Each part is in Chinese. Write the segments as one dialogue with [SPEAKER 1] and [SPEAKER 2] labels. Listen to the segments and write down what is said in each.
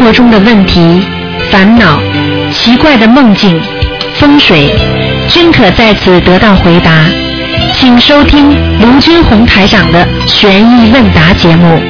[SPEAKER 1] 活中的问题、烦恼、奇怪的梦境、风水，均可在此得到回答。请收听卢军红台长的《悬疑问答》节目。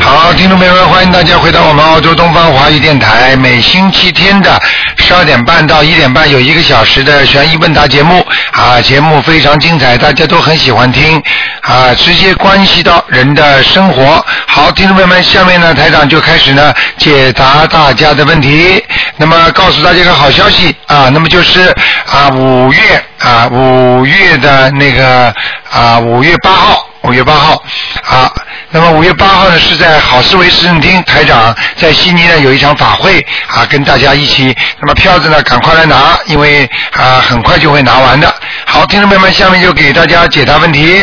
[SPEAKER 2] 好，听众朋友们，欢迎大家回到我们澳洲东方华语电台每星期天的十二点半到一点半有一个小时的悬疑问答节目啊，节目非常精彩，大家都很喜欢听啊，直接关系到人的生活。好，听众朋友们，下面呢台长就开始呢解答大家的问题。那么告诉大家一个好消息啊，那么就是啊五月啊五月的那个啊五月八号。五月八号啊，那么五月八号呢是在好思维市政厅，台长在悉尼呢有一场法会啊，跟大家一起。那么票子呢赶快来拿，因为啊很快就会拿完的。好，听众朋友们，下面就给大家解答问题。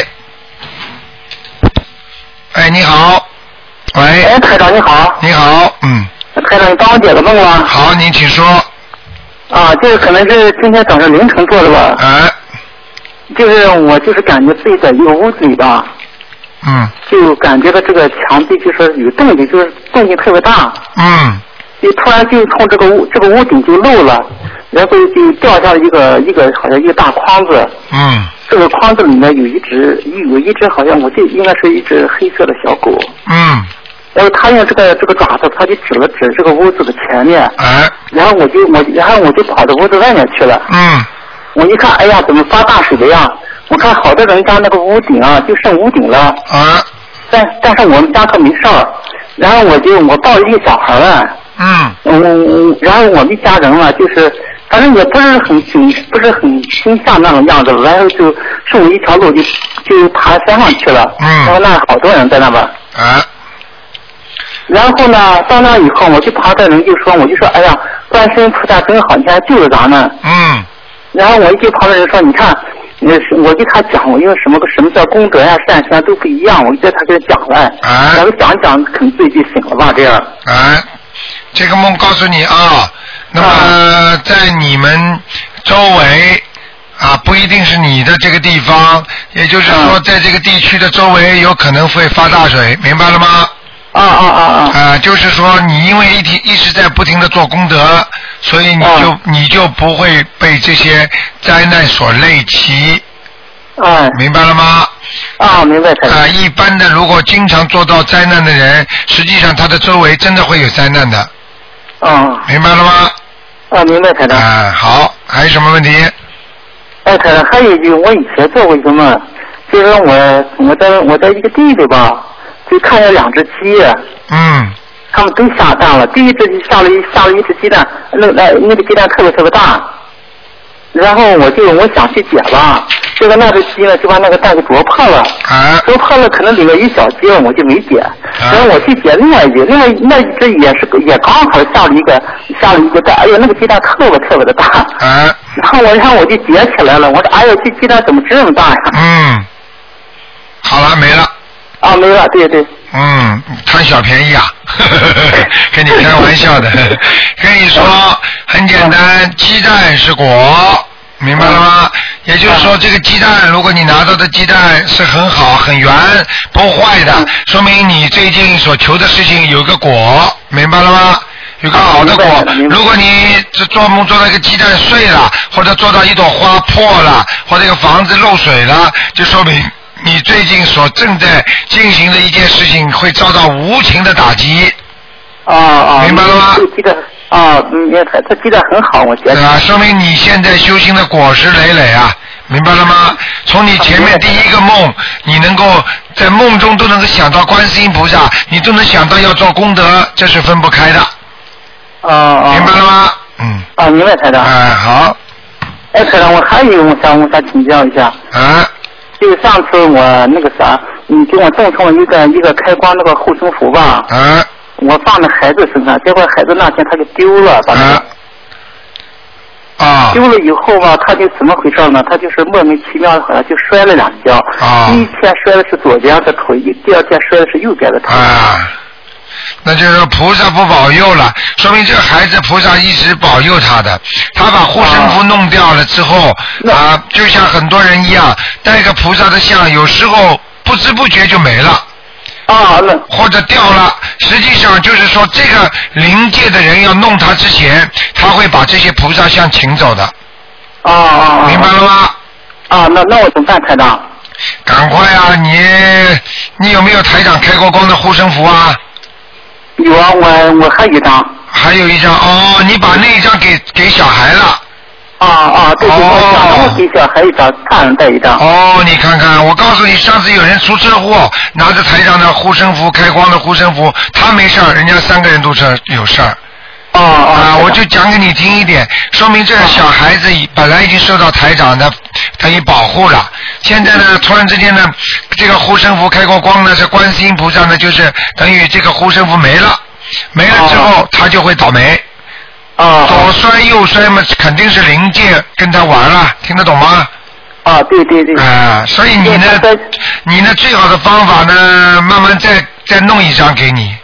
[SPEAKER 2] 哎，你好，喂，
[SPEAKER 3] 哎，台长你好，
[SPEAKER 2] 你好，嗯，
[SPEAKER 3] 台长你帮我解个梦吗？
[SPEAKER 2] 好，您请说。
[SPEAKER 3] 啊，这个可能是今天早上凌晨做的吧，
[SPEAKER 2] 哎，
[SPEAKER 3] 就是我就是感觉自己在一个屋子里吧，
[SPEAKER 2] 嗯
[SPEAKER 3] 就感觉到这个墙壁就是有动静，就是动静特别大，
[SPEAKER 2] 嗯
[SPEAKER 3] 就突然就从这个屋这个屋顶就漏了，然后就掉下了一个一个好像一个大筐子，
[SPEAKER 2] 嗯
[SPEAKER 3] 这个筐子里面有一只有一只好像我记得应该是一只黑色的小狗，
[SPEAKER 2] 嗯，
[SPEAKER 3] 然后它用这个这个爪子，它就指了指这个屋子的前面，
[SPEAKER 2] 哎，
[SPEAKER 3] 然后我就我然后我就跑到屋子外面去了。
[SPEAKER 2] 嗯
[SPEAKER 3] 我一看，哎呀，怎么发大水了呀？我看好多人家那个屋顶啊，就剩屋顶了，
[SPEAKER 2] 啊
[SPEAKER 3] 但但是我们家可没事儿。然后我就我抱着一个小孩儿啊，
[SPEAKER 2] 嗯
[SPEAKER 3] 我我然后我们一家人嘛、就是反正也不是很惊，不是很惊吓那种样子，然后就顺着一条路就就爬山上去了。
[SPEAKER 2] 嗯
[SPEAKER 3] 然后那好多人在那边。
[SPEAKER 2] 哎
[SPEAKER 3] 然后呢，到那以后，我就爬到人就说，我就说，哎呀，观世音菩萨真好，你看救了咱们。
[SPEAKER 2] 嗯
[SPEAKER 3] 然后我一听旁边人说，你看，呃，是我给他讲，我因为什么个什么叫功德呀、善行啊都不一样，我就在他跟他讲了，
[SPEAKER 2] 哎
[SPEAKER 3] 然后讲一讲，可能自己就醒了吧，这样。
[SPEAKER 2] 哎，这个梦告诉你啊，那
[SPEAKER 3] 啊
[SPEAKER 2] 么在你们周围啊，不一定是你的这个地方，也就是说，
[SPEAKER 3] 嗯
[SPEAKER 2] 在这个地区的周围有可能会发大水，明白了吗？
[SPEAKER 3] 啊啊啊啊！
[SPEAKER 2] 啊，就是说你因为一提一直在不停的做功德，所以你就
[SPEAKER 3] 嗯
[SPEAKER 2] 你就不会被这些灾难所累及，
[SPEAKER 3] 哎
[SPEAKER 2] 明白了吗？
[SPEAKER 3] 啊，明白，台
[SPEAKER 2] 啊，
[SPEAKER 3] 长。
[SPEAKER 2] 一般的如果经常做到灾难的人，实际上他的周围真的会有灾难的，
[SPEAKER 3] 啊
[SPEAKER 2] 明白了吗？
[SPEAKER 3] 啊，明白，台长。
[SPEAKER 2] 啊，好，还有什么问题？
[SPEAKER 3] 哎，台长，还有一句，我以前做过一个梦，就是说我我在我在一个地里吧，就看见两只鸡，啊
[SPEAKER 2] 嗯
[SPEAKER 3] 它们都下蛋了。第一只鸡下了一下了一只鸡蛋，那那那个鸡蛋特别特别大。然后我就我想去捡吧，结果那只鸡呢就把那个蛋给啄破了，
[SPEAKER 2] 啊
[SPEAKER 3] 啄破了可能里面有小鸡了，我就没捡。然后我去捡另外一只，另外那一只也是也刚好下了一个下了一个蛋，哎呦那个鸡蛋特别特别的大，
[SPEAKER 2] 啊
[SPEAKER 3] 然后我然后我就捡起来了，我说哎呦这鸡蛋怎么这么大呀？
[SPEAKER 2] 嗯，好了，没了。
[SPEAKER 3] 啊没了，对对，
[SPEAKER 2] 嗯，贪小便宜啊， 跟你开玩笑的。跟你说，很简单，鸡蛋是果，明白了吗？也就是说，这个鸡蛋，如果你拿到的鸡蛋是很好、很圆、不坏
[SPEAKER 3] 嗯
[SPEAKER 2] 的，说明你最近所求的事情有个果，明白了吗？有个好的果
[SPEAKER 3] 啊明白了明白。了
[SPEAKER 2] 如果你这做梦做到一个鸡蛋碎了，或者做到一朵花破了，或者一个房子漏水了，就说明你最近所正在进行的一件事情会遭到无情的打击，
[SPEAKER 3] 啊啊，
[SPEAKER 2] 明白了吗
[SPEAKER 3] 这鸡蛋啊，嗯，明白这鸡蛋很好，我觉
[SPEAKER 2] 对
[SPEAKER 3] 得。
[SPEAKER 2] 吧？说明你现在修行的果实累累啊，明白了
[SPEAKER 3] 嗯
[SPEAKER 2] 吗？从你前面第一个梦，你能够在梦中都能够想到观世音菩萨，你都能想到要做功德，这是分不开的，
[SPEAKER 3] 啊啊，
[SPEAKER 2] 明白了吗？哦嗯，
[SPEAKER 3] 啊，明白台长。
[SPEAKER 2] 哎，好，
[SPEAKER 3] 哎，台长，我还有一个想我想请教一下，
[SPEAKER 2] 啊，
[SPEAKER 3] 就是上次我那个啥，你给我赠送了一个一个开光那个护身符吧，
[SPEAKER 2] 啊。
[SPEAKER 3] 我放在孩子身上，结果孩子那天他就丢了，把那
[SPEAKER 2] 啊
[SPEAKER 3] 个
[SPEAKER 2] 啊
[SPEAKER 3] 丢了以后吧，他就怎么回事呢？他就是莫名其妙的，好像就摔了两跤。
[SPEAKER 2] 啊
[SPEAKER 3] 第一天摔的是左边的腿，第二天摔的是右边的腿。
[SPEAKER 2] 啊！那就是说菩萨不保佑了，说明这个孩子菩萨一直保佑他的。他把护身符弄掉了之后，
[SPEAKER 3] 那
[SPEAKER 2] 啊，就像很多人一样，带个菩萨的像，有时候不知不觉就没了。
[SPEAKER 3] 啊，那
[SPEAKER 2] 或者掉了，实际上就是说，这个灵界的人要弄他之前，他会把这些菩萨像请走的，
[SPEAKER 3] 啊啊啊！
[SPEAKER 2] 明白了吗？
[SPEAKER 3] 啊，那那我怎么办，台长？
[SPEAKER 2] 赶快啊，你你有没有台长开过光的护身符啊？
[SPEAKER 3] 有啊，我我还有一张。
[SPEAKER 2] 还有一张哦，你把那一张给给小孩了。
[SPEAKER 3] 啊啊，对对，
[SPEAKER 2] 哦
[SPEAKER 3] 我想让我给小孩一张，大人带一张。
[SPEAKER 2] 哦，你看看，我告诉你，上次有人出车祸，拿着台上的护身符、开光的护身符，他没事儿，人家三个人都是有事儿
[SPEAKER 3] 啊啊
[SPEAKER 2] 啊！我
[SPEAKER 3] 台
[SPEAKER 2] 就
[SPEAKER 3] 长
[SPEAKER 2] 讲给你听一点，说明
[SPEAKER 3] 哦
[SPEAKER 2] 这个小孩子已本来已经受到台长的等于保护了，现在呢，突然之间呢，这个护身符开过光呢，是观世音菩萨呢，就是等于这个护身符没了，没了之
[SPEAKER 3] 哦
[SPEAKER 2] 后他就会倒霉，
[SPEAKER 3] 啊
[SPEAKER 2] 左
[SPEAKER 3] 啊
[SPEAKER 2] 摔右摔嘛，肯定是灵界跟他玩了，听得懂吗？
[SPEAKER 3] 啊，对对对。
[SPEAKER 2] 啊、所以你呢
[SPEAKER 3] 对他在，
[SPEAKER 2] 你呢最好的方法呢，慢慢再再弄一张给你，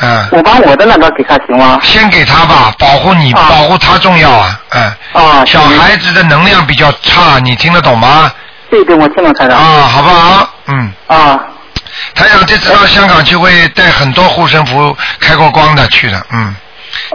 [SPEAKER 2] 啊、
[SPEAKER 3] 我把我的那张给他行吗？
[SPEAKER 2] 先给他吧，保护你，
[SPEAKER 3] 啊
[SPEAKER 2] 保护他重要啊，嗯、
[SPEAKER 3] 啊，
[SPEAKER 2] 小
[SPEAKER 3] 行
[SPEAKER 2] 孩子的能量比较差，你听得懂吗？
[SPEAKER 3] 对对，我听了台
[SPEAKER 2] 啊、
[SPEAKER 3] 长。
[SPEAKER 2] 好不好？嗯，
[SPEAKER 3] 啊
[SPEAKER 2] 台长这次到香港去会带很多护身符开过光的去的，嗯，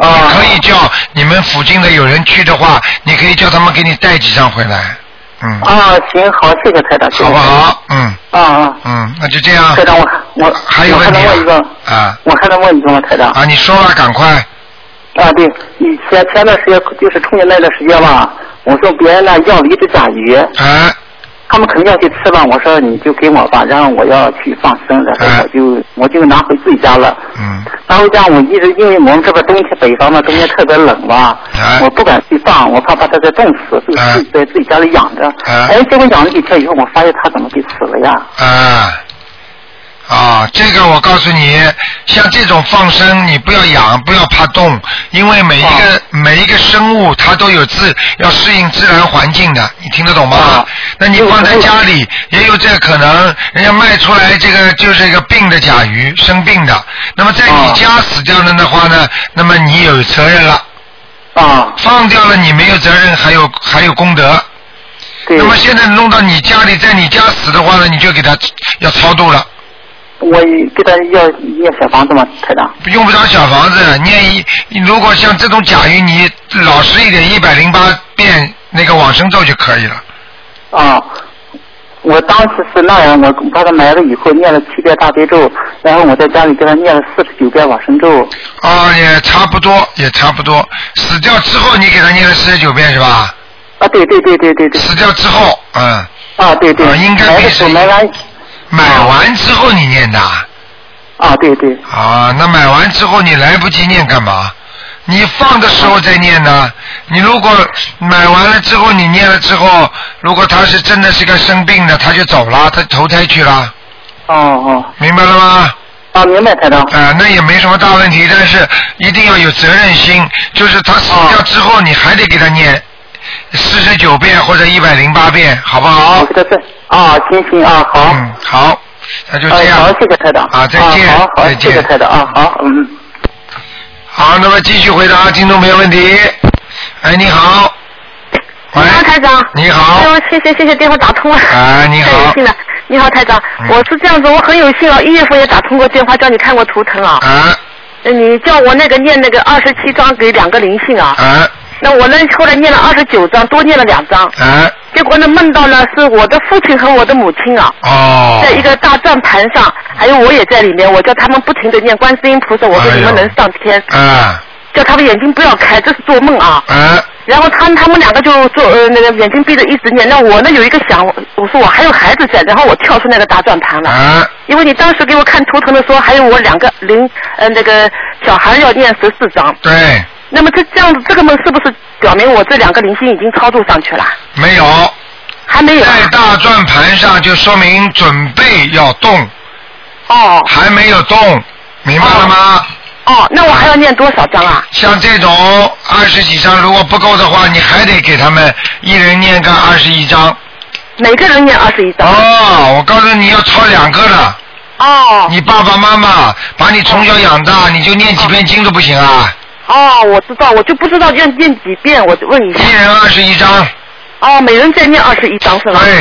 [SPEAKER 3] 啊。
[SPEAKER 2] 可以叫你们附近的有人去的话，你可以叫他们给你带几张回来，嗯，
[SPEAKER 3] 啊，行，好，谢谢台长。谢谢
[SPEAKER 2] 好不？好？嗯
[SPEAKER 3] 啊啊，
[SPEAKER 2] 嗯，那就这样
[SPEAKER 3] 台。长，我我
[SPEAKER 2] 还有
[SPEAKER 3] 我还
[SPEAKER 2] 问
[SPEAKER 3] 能问一
[SPEAKER 2] 题
[SPEAKER 3] 个，
[SPEAKER 2] 啊？啊
[SPEAKER 3] 我还能问一个吗，台长？
[SPEAKER 2] 啊，你说吧，赶快。
[SPEAKER 3] 啊，对，以前前段时间就是春节那段时间吧，我说别人那要了一只甲鱼，
[SPEAKER 2] 哎
[SPEAKER 3] 他们肯定要去吃吧，我说你就给我吧，然后我要去放生，然后我就、我就拿回自己家了。
[SPEAKER 2] 啊嗯
[SPEAKER 3] 拿回家我一直因为我们这边冬天北方嘛，冬天特别冷吧，
[SPEAKER 2] 哎
[SPEAKER 3] 我不敢去放，我怕把它给冻死，就
[SPEAKER 2] 哎
[SPEAKER 3] 自己在自己家里养着。
[SPEAKER 2] 哎
[SPEAKER 3] 哎，结果养了几天以后，我发现它怎么给死了呀？
[SPEAKER 2] 啊啊，这个我告诉你，像这种放生，你不要养，不要怕冻，因为每一个、每一个生物它都有自要适应自然环境的，你听得懂吗？
[SPEAKER 3] 啊
[SPEAKER 2] 那你放在家里也有这个可能，人家卖出来这个就是一个病的甲鱼，生病的。那么在你
[SPEAKER 3] 啊
[SPEAKER 2] 家死掉了的话呢，那么你有责任了。
[SPEAKER 3] 啊，
[SPEAKER 2] 放掉了你没有责任，还有还有功德。
[SPEAKER 3] 对
[SPEAKER 2] 那，么现在弄到你家里，在你家死的话呢，你就给他要超度了，
[SPEAKER 3] 我给它要要小房子嘛，台长。
[SPEAKER 2] 用不着小房子念一。你如果像这种甲鱼，你老实一点，一百零八遍那个往生咒就可以了。
[SPEAKER 3] 啊，我当时是那样，我把它埋了以后念了七遍大悲咒，然后我在家里给它念了四十九遍往生咒。
[SPEAKER 2] 啊，也差不多，也差不多。死掉之后，你给他念了四十九遍是吧？
[SPEAKER 3] 啊，对对对对对对，
[SPEAKER 2] 死掉之后，嗯，
[SPEAKER 3] 啊对对，
[SPEAKER 2] 啊应该
[SPEAKER 3] 埋
[SPEAKER 2] 没事
[SPEAKER 3] 的时候埋完，
[SPEAKER 2] 买完之后你念的啊。
[SPEAKER 3] 啊对对，
[SPEAKER 2] 啊，那买完之后你来不及念干嘛？你放的时候再念呢？你如果买完了之后你念了之后，如果他是真的是个生病的，他就走了，他投胎去了，
[SPEAKER 3] 哦哦，
[SPEAKER 2] 明白了吗？
[SPEAKER 3] 啊明白台长，
[SPEAKER 2] 啊、那也没什么大问题，但是一定要有责任心，就是他死掉之后，你还得给他念四十九遍或者一百零八遍，好不好
[SPEAKER 3] 我？给它在啊行行啊好，
[SPEAKER 2] 嗯，好，那就这
[SPEAKER 3] 哎
[SPEAKER 2] 样。
[SPEAKER 3] 好谢谢台长，
[SPEAKER 2] 啊再见
[SPEAKER 3] 好好
[SPEAKER 2] 再见
[SPEAKER 3] 谢谢台长啊好嗯。
[SPEAKER 2] 好，那么继续回答听众朋友问题。哎，你好。喂
[SPEAKER 4] 你好，台长。
[SPEAKER 2] 你好
[SPEAKER 4] 哎。呦，谢谢谢谢，电话打通了。
[SPEAKER 2] 哎你好
[SPEAKER 4] 太有幸了。你好，台长
[SPEAKER 2] 嗯。
[SPEAKER 4] 我是这样子，我很有幸啊，一月份也打通过电话，叫你看过图腾啊。
[SPEAKER 2] 啊
[SPEAKER 4] 你叫我那个念那个二十七章给两个灵性啊。
[SPEAKER 2] 啊
[SPEAKER 4] 那我呢，后来念了二十九章，多念了两章。
[SPEAKER 2] 啊！
[SPEAKER 4] 结果呢，梦到呢是我的父亲和我的母亲啊，
[SPEAKER 2] 哦。
[SPEAKER 4] 在一个大转盘上，还有我也在里面。我叫他们不停的念观世音菩萨，我说
[SPEAKER 2] 哎呦
[SPEAKER 4] 你们能上天，
[SPEAKER 2] 啊
[SPEAKER 4] 叫他们眼睛不要开，这是做梦啊。
[SPEAKER 2] 啊
[SPEAKER 4] 然后他们他们两个就做呃那个眼睛闭着一直念，那我呢有一个想，我说我还有孩子在，然后我跳出那个大转盘了，
[SPEAKER 2] 啊！
[SPEAKER 4] 因为你当时给我看图腾的时候，还有我两个零呃那个小孩要念十四章，
[SPEAKER 2] 对，
[SPEAKER 4] 那么这这样子这个梦是不是表明我这两个灵性已经超度上去了？
[SPEAKER 2] 没有，
[SPEAKER 4] 还没有啊？
[SPEAKER 2] 在大转盘上就说明准备要动，
[SPEAKER 4] 哦
[SPEAKER 2] 还没有动，明白了吗？
[SPEAKER 4] 哦，那我还要念多少章啊？
[SPEAKER 2] 像这种二十几张如果不够的话，你还得给他们一人念个二十一张。
[SPEAKER 4] 每个人念二十一章。
[SPEAKER 2] 哦，我告诉你要抄两个了。
[SPEAKER 4] 哦
[SPEAKER 2] 你爸爸妈妈把你从小养大，你就念几遍经都不行啊？
[SPEAKER 4] 哦，我知道，我就不知道要念几遍，我就问一
[SPEAKER 2] 一
[SPEAKER 4] 下。
[SPEAKER 2] 人二十一章，
[SPEAKER 4] 哦，每人再念二十一章是吧？
[SPEAKER 2] 对，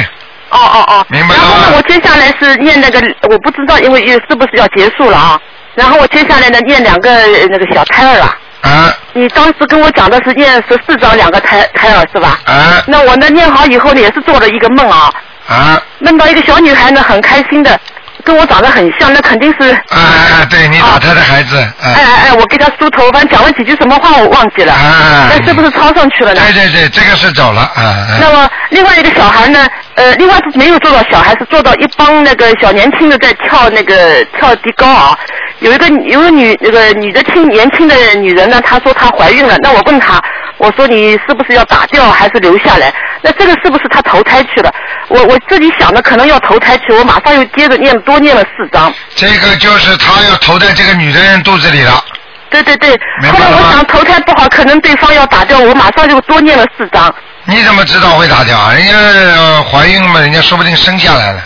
[SPEAKER 4] 哦哦哦。
[SPEAKER 2] 明白
[SPEAKER 4] 然
[SPEAKER 2] 了
[SPEAKER 4] 后呢，
[SPEAKER 2] 吗
[SPEAKER 4] 我？接下来是念那个，我不知道，因为是不是要结束了啊？然后我接下来呢，念两个呃那个小胎儿啊。
[SPEAKER 2] 啊
[SPEAKER 4] 你当时跟我讲的是念十四章两个胎胎儿是吧？
[SPEAKER 2] 啊
[SPEAKER 4] 那我呢念好以后呢，也是做了一个梦啊，
[SPEAKER 2] 啊
[SPEAKER 4] 梦到一个小女孩呢，很开心的，跟我长得很像，那肯定是，
[SPEAKER 2] 啊啊！对你
[SPEAKER 4] 哦
[SPEAKER 2] 打他的孩子，
[SPEAKER 4] 哎
[SPEAKER 2] 啊
[SPEAKER 4] 哎哎，我给她梳头，反正讲了几句什么话我忘记了，
[SPEAKER 2] 啊！
[SPEAKER 4] 那是不是抄上去了呢？
[SPEAKER 2] 对对对，这个是走了啊
[SPEAKER 4] 那
[SPEAKER 2] 啊
[SPEAKER 4] 么另外一个小孩呢，呃，另外是没有做到小孩，是做到一帮那个小年轻的在跳那个跳迪高啊。有一个有个女那个女的轻年轻的女人呢，她说她怀孕了，那我问她，我说你是不是要打掉还是留下来？那这个是不是她投胎去了？我我自己想的可能要投胎去，我马上又接着念多念了四章。
[SPEAKER 2] 这个就是他要投在这个女人肚子里了。
[SPEAKER 4] 对对对，
[SPEAKER 2] 明
[SPEAKER 4] 后
[SPEAKER 2] 白
[SPEAKER 4] 来
[SPEAKER 2] 了吗
[SPEAKER 4] 我想投胎不好，可能对方要打掉，我马上就多念了四章。
[SPEAKER 2] 你怎么知道会打掉啊？人家、呃怀孕嘛，人家说不定生下来了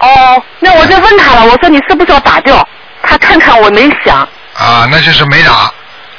[SPEAKER 4] 哦，那我就问他了，我说你是不是要打掉？他看看我没想，
[SPEAKER 2] 啊，那就是没打。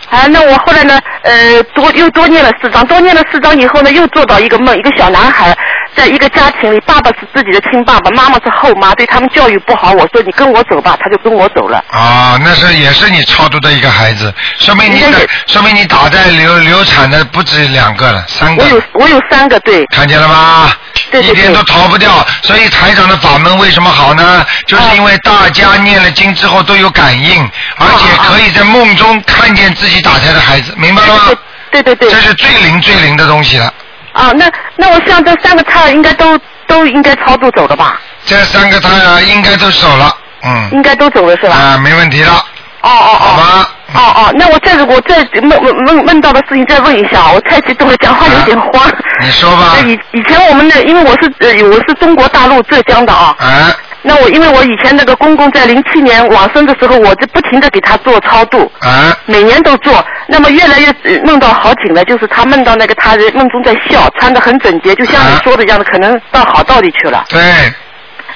[SPEAKER 4] 啊，那我后来呢，呃，多又多念了四张，多念了四张以后呢，又做到一个梦，一个小男孩在一个家庭里，爸爸是自己的亲爸爸，妈妈是后妈，对他们教育不好，我说你跟我走吧，他就跟我走了。
[SPEAKER 2] 啊，那是也是你超度的一个孩子，说明你
[SPEAKER 4] 应该
[SPEAKER 2] 打
[SPEAKER 4] 是，
[SPEAKER 2] 说明你打在流流产的不止两个了，三
[SPEAKER 4] 我
[SPEAKER 2] 个
[SPEAKER 4] 有
[SPEAKER 2] 了，
[SPEAKER 4] 我有三个对，
[SPEAKER 2] 看见了吗？
[SPEAKER 4] 对对
[SPEAKER 2] 一点
[SPEAKER 4] 对
[SPEAKER 2] 都逃不掉。所以台长的法门为什么好呢？就是因为大家念了经之后都有感应，而且可以在梦中看见自己打胎的孩子，明白了吗？
[SPEAKER 4] 啊对对对
[SPEAKER 2] 这
[SPEAKER 4] 对，
[SPEAKER 2] 是最灵最灵的东西了。
[SPEAKER 4] 啊，那那我像这三个胎儿应该都都应该超度走了吧？
[SPEAKER 2] 这三个胎儿应该都走了，嗯，
[SPEAKER 4] 应该都走了是吧？
[SPEAKER 2] 啊，没问题了，
[SPEAKER 4] 哦哦
[SPEAKER 2] 好
[SPEAKER 4] 哦。
[SPEAKER 2] 吧？
[SPEAKER 4] 哦哦，那我再我再问问问问到的事情再问一下，我太激动了，讲话有点慌。
[SPEAKER 2] 啊你说吧
[SPEAKER 4] 呃，以以前我们的，因为我是呃我是中国大陆浙江的啊，
[SPEAKER 2] 啊
[SPEAKER 4] 那我因为我以前那个公公在零七年往生的时候，我就不停的给他做超度，
[SPEAKER 2] 啊
[SPEAKER 4] 每年都做，那么越来越呃梦到好景了，就是他梦到那个他人梦中在笑，穿的很整洁，就像你
[SPEAKER 2] 啊
[SPEAKER 4] 说的一样的，可能到好道里去了。
[SPEAKER 2] 对，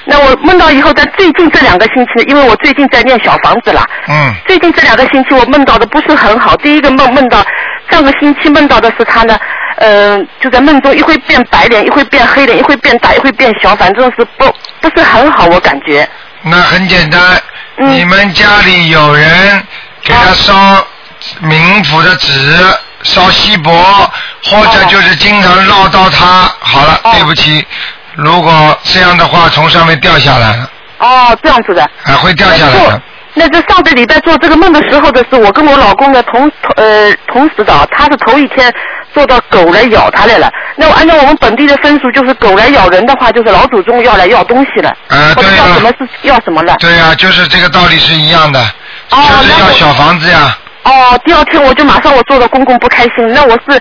[SPEAKER 4] 那我梦到以后，在最近这两个星期，因为我最近在念小房子了，
[SPEAKER 2] 嗯
[SPEAKER 4] 最近这两个星期我梦到的不是很好，第一个梦梦到上个星期梦到的是他呢，嗯、就在梦中一会变白脸，一会变黑脸，一会变大，一会变小，反正是不不是很好，我感觉。
[SPEAKER 2] 那很简单，
[SPEAKER 4] 嗯
[SPEAKER 2] 你们家里有人给他烧冥府的纸，烧锡箔，或者就是经常绕到他，好了，
[SPEAKER 4] 哦
[SPEAKER 2] 对不起，如果这样的话，从上面掉下来了，
[SPEAKER 4] 哦，这样子的。
[SPEAKER 2] 啊，会掉下来
[SPEAKER 4] 那
[SPEAKER 2] 的
[SPEAKER 4] 做，那这上个礼拜做这个梦的时候的是我跟我老公的同呃同时的啊，他是头一天做到狗来咬他来了。那我按照我们本地的风俗，就是狗来咬人的话，就是老祖宗要来要东西了，
[SPEAKER 2] 啊，
[SPEAKER 4] 或者
[SPEAKER 2] 对
[SPEAKER 4] 要什么
[SPEAKER 2] 呀，
[SPEAKER 4] 是要什么了。
[SPEAKER 2] 对呀，就是这个道理是一样的，
[SPEAKER 4] 哦
[SPEAKER 2] 就是
[SPEAKER 4] 那
[SPEAKER 2] 要
[SPEAKER 4] 我
[SPEAKER 2] 小房子呀，
[SPEAKER 4] 哦，第二天我就马上我做了公公不开心，那我是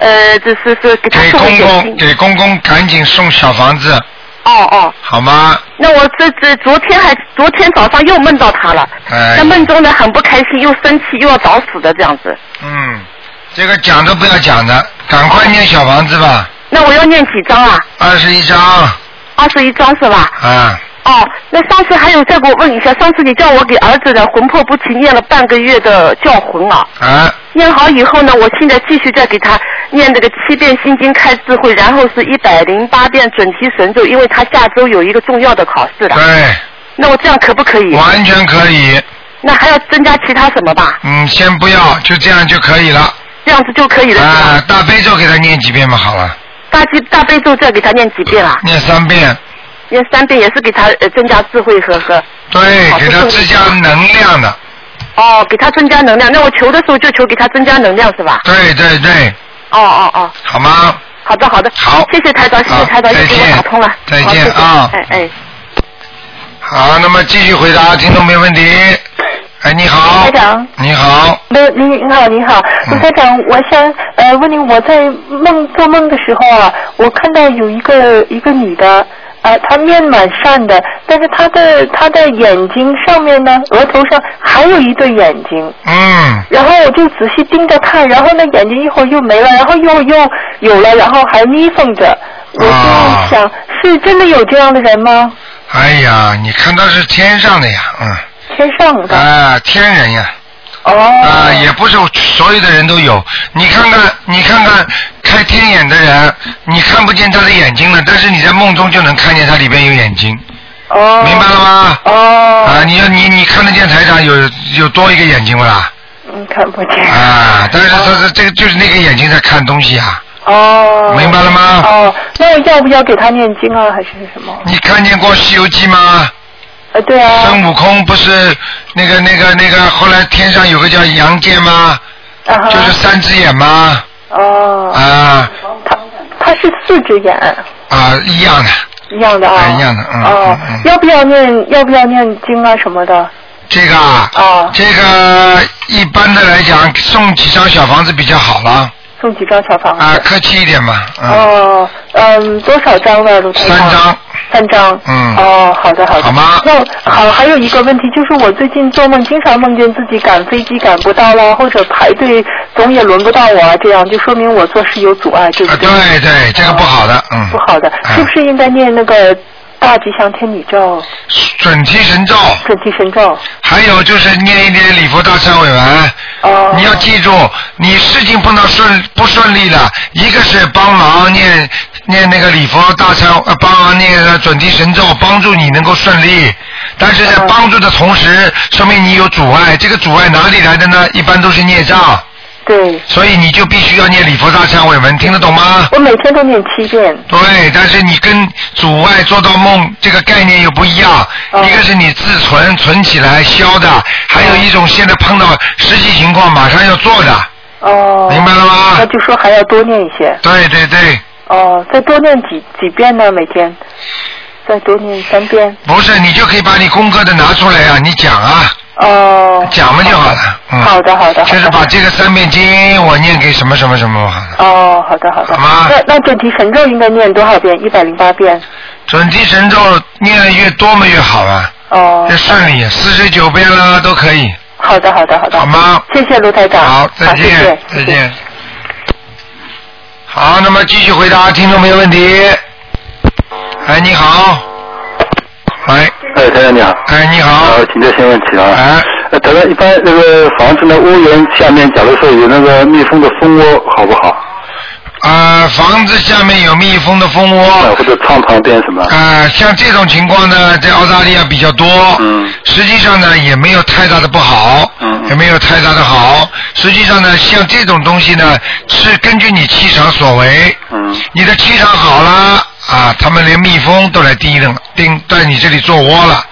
[SPEAKER 4] 呃，这是是给他
[SPEAKER 2] 给
[SPEAKER 4] 送了
[SPEAKER 2] 公
[SPEAKER 4] 点
[SPEAKER 2] 公
[SPEAKER 4] 心。
[SPEAKER 2] 给公公赶紧送小房子，
[SPEAKER 4] 哦哦，
[SPEAKER 2] 好吗？
[SPEAKER 4] 那我这这昨天还昨天早上又梦到他了，
[SPEAKER 2] 哎
[SPEAKER 4] 那梦中呢很不开心，又生气又要找死的这样子。
[SPEAKER 2] 嗯，这个讲都不要讲的，赶快念小房子吧，
[SPEAKER 4] 那我要念几张啊？
[SPEAKER 2] 二十一章
[SPEAKER 4] 二十一张是吧？
[SPEAKER 2] 啊，
[SPEAKER 4] 哦，那上次还有再给我问一下，上次你叫我给儿子的魂魄不齐念了半个月的叫魂啊，
[SPEAKER 5] 哎
[SPEAKER 2] 啊，
[SPEAKER 4] 念好以后呢，我现在继续再给他念这个七遍心经开智慧，然后是一百零八遍准提神咒，因为他下周有一个重要的考试了。
[SPEAKER 2] 对，
[SPEAKER 4] 那我这样可不可以？
[SPEAKER 2] 完全可以，
[SPEAKER 4] 那还要增加其他什么吧？
[SPEAKER 2] 嗯，先不要，就这样就可以了，
[SPEAKER 4] 这样子就可以了。是吧
[SPEAKER 2] 啊，大悲咒给他念几遍嘛，好了，
[SPEAKER 4] 大吉大悲咒再给他念几遍啊？
[SPEAKER 2] 念三遍，
[SPEAKER 4] 念三遍也是给他呃增加智慧和和
[SPEAKER 2] 对，
[SPEAKER 4] 好
[SPEAKER 2] 给他
[SPEAKER 4] 不错
[SPEAKER 2] 增加能量的，
[SPEAKER 4] 哦，给他增加能量。那我求的时候就求给他增加能量是吧？
[SPEAKER 2] 对对对，
[SPEAKER 4] 哦哦哦。
[SPEAKER 2] 好吗？
[SPEAKER 4] 好的，好的，
[SPEAKER 2] 好
[SPEAKER 4] 谢谢台长，谢
[SPEAKER 2] 好
[SPEAKER 4] 谢台长，又给
[SPEAKER 2] 再见
[SPEAKER 4] 我打通了，
[SPEAKER 2] 再
[SPEAKER 4] 好
[SPEAKER 2] 见
[SPEAKER 4] 谢谢
[SPEAKER 2] 啊
[SPEAKER 4] 哎哎，
[SPEAKER 2] 好，那么继续回答听众没问题。哎，你好
[SPEAKER 6] 台，长，
[SPEAKER 2] 你好，
[SPEAKER 6] 不，您好，你好，卢
[SPEAKER 2] 嗯
[SPEAKER 6] 台长，我想呃问您，我在梦做梦的时候啊，我看到有一个一个女的，呃，她面蛮善的，但是她的她的眼睛上面呢，额头上还有一对眼睛，
[SPEAKER 2] 嗯，
[SPEAKER 6] 然后我就仔细盯着看，然后呢眼睛一会儿又没了，然后又又有了，然后还眯缝着，我
[SPEAKER 2] 啊
[SPEAKER 6] 就想、是真的有这样的人吗？
[SPEAKER 2] 哎呀，你看他是天上的呀，嗯。
[SPEAKER 6] 天上的、
[SPEAKER 2] 啊，天人呀，
[SPEAKER 6] 哦，
[SPEAKER 2] 啊，也不是所有的人都有。你看看，你看看，开天眼眼的人，你看不见他的眼睛了，但是你在梦中就能看见他里边有眼睛，
[SPEAKER 6] 哦，
[SPEAKER 2] 明白了吗？
[SPEAKER 6] 哦，
[SPEAKER 2] 啊，你要你你看得见台长有有多一个眼睛不啦？
[SPEAKER 6] 嗯，看不见，
[SPEAKER 2] 啊，但是他是这个就是那个眼睛在看东西啊，
[SPEAKER 6] 哦，
[SPEAKER 2] 明白了吗？
[SPEAKER 6] 哦，那我要不要给他念经啊，还是什么？
[SPEAKER 2] 你看见过《西游记》吗？
[SPEAKER 6] 呃，对啊，
[SPEAKER 2] 孙悟空不是那个那个那个，后来天上有个叫杨戬吗？
[SPEAKER 6] 啊哈，
[SPEAKER 2] 就是三只眼吗？
[SPEAKER 6] 哦，
[SPEAKER 2] 啊
[SPEAKER 6] 他他是四只眼，
[SPEAKER 2] 啊，一样的。
[SPEAKER 6] 一样的啊，
[SPEAKER 2] 哎一样的嗯
[SPEAKER 6] 哦
[SPEAKER 2] 嗯嗯，
[SPEAKER 6] 要不要念要不要念经啊什么的？
[SPEAKER 2] 这个啊，
[SPEAKER 6] 啊，
[SPEAKER 2] 这个一般的来讲，送几张小房子比较好了
[SPEAKER 6] 送几张小房
[SPEAKER 2] 啊，
[SPEAKER 6] 子？
[SPEAKER 2] 客气一点嘛，嗯，
[SPEAKER 6] 哦，嗯，多少张呢，卢台长
[SPEAKER 2] 三张，
[SPEAKER 6] 三张。
[SPEAKER 2] 嗯
[SPEAKER 6] 哦，好的好的。
[SPEAKER 2] 好吗
[SPEAKER 6] 那我好，还有一个问题就是，我最近做梦经常梦见自己赶飞机赶不到啦，或者排队总也轮不到我啊，这样就说明我做事有阻碍，对
[SPEAKER 2] 啊，
[SPEAKER 6] 不对？
[SPEAKER 2] 对对，这个不好的，嗯，
[SPEAKER 6] 不好的，
[SPEAKER 2] 嗯
[SPEAKER 6] 是不是应该念那个大吉祥天女咒、
[SPEAKER 2] 准提神咒，
[SPEAKER 6] 准提神咒？
[SPEAKER 2] 还有就是念一点礼佛大忏悔文。
[SPEAKER 6] 哦，
[SPEAKER 2] 你要记住，你事情碰到顺不顺利的，一个是帮忙念念那个礼佛大忏，呃，帮忙念个准提神咒，帮助你能够顺利。但是在
[SPEAKER 6] 嗯
[SPEAKER 2] 帮助的同时，说明你有阻碍。这个阻碍哪里来的呢？一般都是孽障，
[SPEAKER 6] 对，
[SPEAKER 2] 所以你就必须要念礼佛大忏悔文，听得懂吗？
[SPEAKER 6] 我每天都念七遍。
[SPEAKER 2] 对，但是你跟阻碍做到梦这个概念又不一样，
[SPEAKER 6] 哦
[SPEAKER 2] 一个是你自存存起来消的，还有一种现在碰到实际情况马上要做的，
[SPEAKER 6] 哦，
[SPEAKER 2] 明白了吗？
[SPEAKER 6] 那就说还要多念一些。
[SPEAKER 2] 对对对，
[SPEAKER 6] 哦，再多念几几遍呢？每天，再多念三遍。
[SPEAKER 2] 不是你就可以把你功课的拿出来啊，你讲啊，
[SPEAKER 6] 哦，
[SPEAKER 2] 讲嘛就好了。嗯，
[SPEAKER 6] 好的，好的，好的。
[SPEAKER 2] 就是把这个三遍经我念给什么什么什么好了。
[SPEAKER 6] 哦，好的，好的。
[SPEAKER 2] 好吗
[SPEAKER 6] 那那准提神咒应该念多少遍？一百零八遍。
[SPEAKER 2] 准提神咒念的越多嘛越好啊，
[SPEAKER 6] 哦
[SPEAKER 2] 越，顺利，四十九遍了都可以，
[SPEAKER 6] 好的，好的，好的。
[SPEAKER 2] 好吗？
[SPEAKER 6] 谢谢卢台长。啊
[SPEAKER 2] 好，再
[SPEAKER 6] 谢谢
[SPEAKER 2] 见，再。见。好，那么继续回答听众朋友问题。哎，你好。喂，
[SPEAKER 7] 哎，台长你好。
[SPEAKER 2] 哎，你好。
[SPEAKER 7] 呃，请教先问题啊。
[SPEAKER 2] 哎，
[SPEAKER 7] 呃，台长，一般那个房子呢，屋檐下面，假如说有那个蜜蜂的蜂窝，好不好？
[SPEAKER 2] 呃，房子下面有蜜蜂的蜂窝。
[SPEAKER 7] 啊，或者窗旁边什么？
[SPEAKER 2] 呃，像这种情况呢，在澳大利亚比较多。
[SPEAKER 7] 嗯
[SPEAKER 2] 实际上呢，也没有太大的不好，
[SPEAKER 7] 嗯
[SPEAKER 2] 也没有太大的好。实际上呢，像这种东西呢，是根据你气场所为。
[SPEAKER 7] 嗯
[SPEAKER 2] 你的气场好了啊，他们连蜜蜂都来叮了，叮在你这里做窝了。
[SPEAKER 7] 啊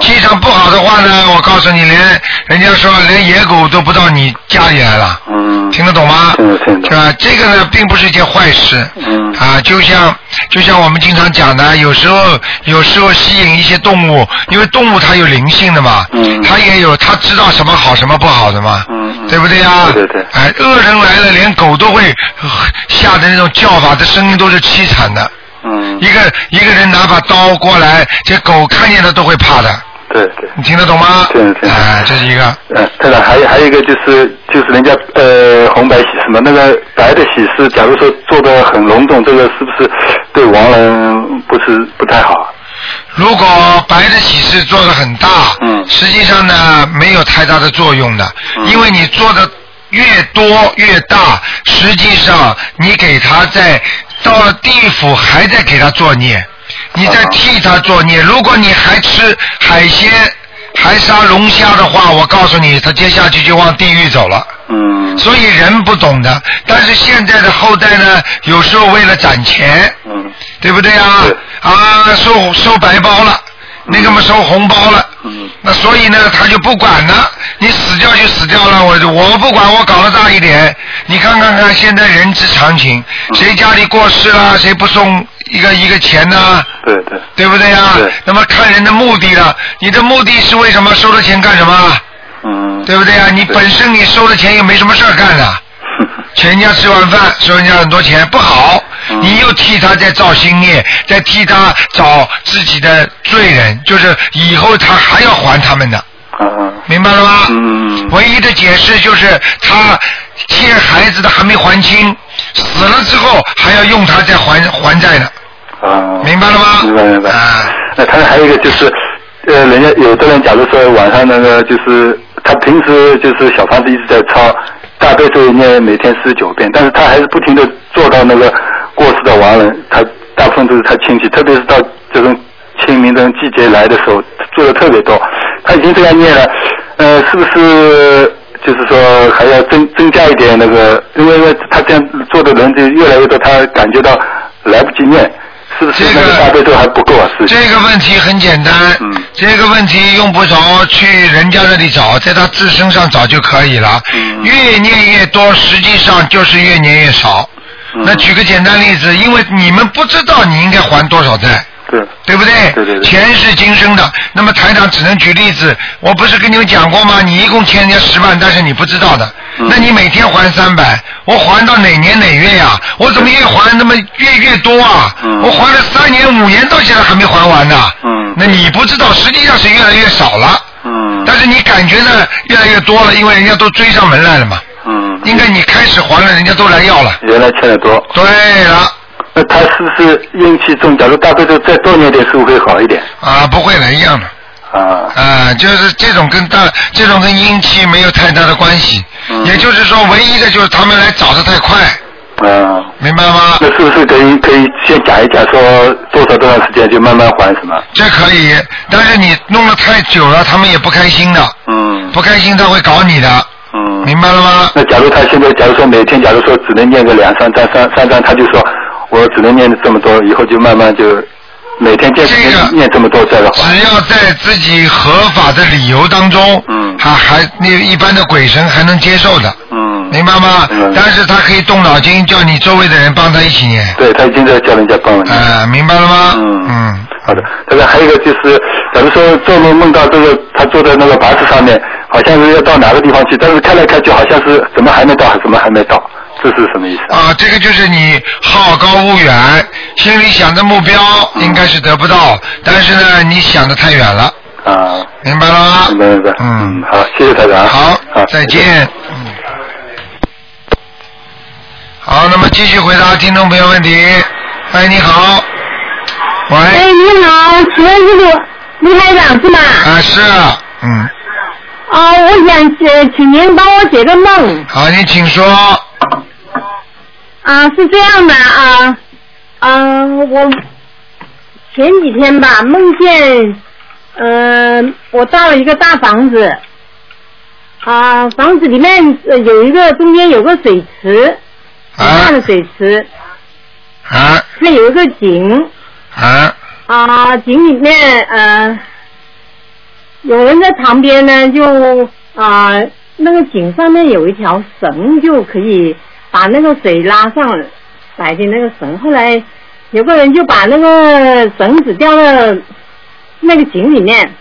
[SPEAKER 2] 气场不好的话呢，我告诉你，连人家说连野狗都不到你家里来了，
[SPEAKER 7] 嗯
[SPEAKER 2] 听得懂吗？
[SPEAKER 7] 听得听得
[SPEAKER 2] 是吧？这个呢，并不是一件坏事。
[SPEAKER 7] 嗯
[SPEAKER 2] 啊，就像就像我们经常讲的，有时候有时候吸引一些动物，因为动物它有灵性的嘛，
[SPEAKER 7] 嗯
[SPEAKER 2] 它也有它知道什么好什么不好的嘛，
[SPEAKER 7] 嗯嗯
[SPEAKER 2] 对不对呀？
[SPEAKER 7] 对对对
[SPEAKER 2] 哎，恶人来了，连狗都会呃吓得那种叫法，这声音都是凄惨的。
[SPEAKER 7] 嗯
[SPEAKER 2] 一，个一个人拿把刀过来，这狗看见它都会怕的，
[SPEAKER 7] 对对。
[SPEAKER 2] 你听得懂吗？
[SPEAKER 7] 听得听得
[SPEAKER 2] 哎，这是一个。
[SPEAKER 7] 嗯，台长，还有还有一个就是就是人家呃红白喜事嘛，那个呃白的喜事，假如说做的很隆重，这个是不是对亡人不是不太好？
[SPEAKER 2] 如果白的喜事做的很大，
[SPEAKER 7] 嗯
[SPEAKER 2] 实际上呢没有太大的作用的，
[SPEAKER 7] 嗯
[SPEAKER 2] 因为你做的越多越大，实际上你给他在到了地府还在给他作孽，你在
[SPEAKER 7] 啊
[SPEAKER 2] 替他作孽。如果你还吃海鲜、还杀龙虾的话，我告诉你，他接下去就往地狱走了。
[SPEAKER 7] 嗯
[SPEAKER 2] 所以人不懂的，但是现在的后代呢，有时候为了攒钱，
[SPEAKER 7] 嗯
[SPEAKER 2] 对不对啊
[SPEAKER 7] 对？
[SPEAKER 2] 啊，收收白包了，那个嘛收红包了，
[SPEAKER 7] 嗯
[SPEAKER 2] 那所以呢，他就不管了，你死掉就死掉了，我我不管，我搞得大一点。你看看看，现在人之常情，
[SPEAKER 7] 嗯
[SPEAKER 2] 谁家里过世了，谁不送一个一个钱呢？
[SPEAKER 7] 对对，
[SPEAKER 2] 对不对啊
[SPEAKER 7] 对？
[SPEAKER 2] 那么看人的目的了，你的目的是为什么收了钱干什么？
[SPEAKER 7] 嗯
[SPEAKER 2] 对不对啊？你
[SPEAKER 7] 对
[SPEAKER 2] 本身你收了钱也没什么事儿干的、请人家吃碗饭，收人家很多钱不好，
[SPEAKER 7] 嗯
[SPEAKER 2] 你又替他在造新业，在替他找自己的罪人，就是以后他还要还他们的，
[SPEAKER 7] 啊
[SPEAKER 2] 明白了吗？
[SPEAKER 7] 嗯
[SPEAKER 2] 唯一的解释就是他欠孩子的还没还清，死了之后还要用他再还还债呢，
[SPEAKER 7] 啊，
[SPEAKER 2] 明白了吗？
[SPEAKER 7] 明白明白。
[SPEAKER 2] 啊，
[SPEAKER 7] 那他还有一个就是，呃，人家有的人假如说晚上那个就是他平时就是小房子一直在抄大悲咒念每天四十九遍，但是他还是不停的做到那个亡人，他大部分都是他亲戚，特别是到这种清明这种季节来的时候，做的特别多。他已经这样念了，呃，是不是就是说还要增增加一点那个？因为因为他这样做的人就越来越多，他感觉到来不及念，是不是
[SPEAKER 2] 这个
[SPEAKER 7] 那个大悲咒还不够啊？是
[SPEAKER 2] 这个问题很简单，
[SPEAKER 7] 嗯
[SPEAKER 2] 这个问题用不着去人家那里找，在他自身上找就可以了。
[SPEAKER 7] 嗯
[SPEAKER 2] 越念越多，实际上就是越念越少。
[SPEAKER 7] 嗯
[SPEAKER 2] 那举个简单例子，因为你们不知道你应该还多少债。
[SPEAKER 7] 对，
[SPEAKER 2] 对不对？
[SPEAKER 7] 对对对
[SPEAKER 2] 前世今生的，那么台长只能举例子。我不是跟你们讲过吗？你一共欠人家十万，但是你不知道的，
[SPEAKER 7] 嗯
[SPEAKER 2] 那你每天还三百，我还到哪年哪月呀、我怎么越还那么越越多啊？
[SPEAKER 7] 嗯
[SPEAKER 2] 我还了三年五年，到现在还没还完呢。
[SPEAKER 7] 嗯
[SPEAKER 2] 那你不知道，实际上是越来越少了，
[SPEAKER 7] 嗯
[SPEAKER 2] 但是你感觉呢越来越多了，因为人家都追上门来了嘛。
[SPEAKER 7] 嗯，
[SPEAKER 2] 应该你开始还了，人家都来要了。
[SPEAKER 7] 原来欠的多。
[SPEAKER 2] 对了。
[SPEAKER 7] 那他是不是运气重？假如大悲咒再多念点，是不是会好一点？
[SPEAKER 2] 啊，不会了，一样的。
[SPEAKER 7] 啊，
[SPEAKER 2] 啊，就是这种跟大这种跟阴气没有太大的关系，
[SPEAKER 7] 嗯
[SPEAKER 2] 也就是说，唯一的就是他们来找的太快，
[SPEAKER 7] 嗯，
[SPEAKER 2] 明白吗？
[SPEAKER 7] 那是不是可以可以先讲一讲，说多少多长时间就慢慢还什么？
[SPEAKER 2] 这可以，但是你弄了太久了，他们也不开心的，
[SPEAKER 7] 嗯
[SPEAKER 2] 不开心他会搞你的，
[SPEAKER 7] 嗯。
[SPEAKER 2] 明白了吗？
[SPEAKER 7] 那假如他现在，假如说每天，假如说只能念个两三章、三三章，他就说我只能念这么多，以后就慢慢就每天坚持
[SPEAKER 2] 这个
[SPEAKER 7] 念念这么多再来还。
[SPEAKER 2] 只要在自己合法的理由当中，
[SPEAKER 7] 嗯
[SPEAKER 2] 还还那一般的鬼神还能接受的，
[SPEAKER 7] 嗯，
[SPEAKER 2] 明白吗
[SPEAKER 7] 嗯？
[SPEAKER 2] 但是他可以动脑筋，叫你周围的人帮他一起念，
[SPEAKER 7] 对他已经在叫人家帮了。
[SPEAKER 2] 啊、明白了吗？
[SPEAKER 7] 嗯
[SPEAKER 2] 嗯，
[SPEAKER 7] 好的，这个还有一个就是，假如说做梦梦到这个，他坐在那个巴士上面，好像是要到哪个地方去，但是看来看去好像是怎么还没到，怎么还没到，这是什么意思？
[SPEAKER 2] 啊，这个就是你好高骛远，心里想的目标应该是得不到，但是呢，你想的太远了，
[SPEAKER 7] 啊，
[SPEAKER 2] 明白了吗？
[SPEAKER 7] 明白明白。
[SPEAKER 2] 嗯，
[SPEAKER 7] 好，谢谢台长啊。
[SPEAKER 2] 好，
[SPEAKER 7] 啊
[SPEAKER 2] 再见。嗯。好，那么继续回答听众朋友问题。哎，你好。喂。
[SPEAKER 1] 哎，你好，请问是卢卢台长是吗？
[SPEAKER 2] 啊，是啊，嗯，
[SPEAKER 1] 啊，我想呃，请您帮我解个梦。
[SPEAKER 2] 好，你请说。
[SPEAKER 1] 啊，是这样的啊，嗯、我前几天吧梦见，呃，我到了一个大房子，啊，房子里面、呃、有一个中间有个水池，很
[SPEAKER 2] 啊
[SPEAKER 1] 大的水池，
[SPEAKER 2] 啊
[SPEAKER 1] 那有一个井，
[SPEAKER 2] 啊
[SPEAKER 1] 啊，井里面呃，有人在旁边呢，就啊、那个井上面有一条绳，就可以把那个水拉上来的那个绳。后来有个人就把那个绳子掉到那个井里面，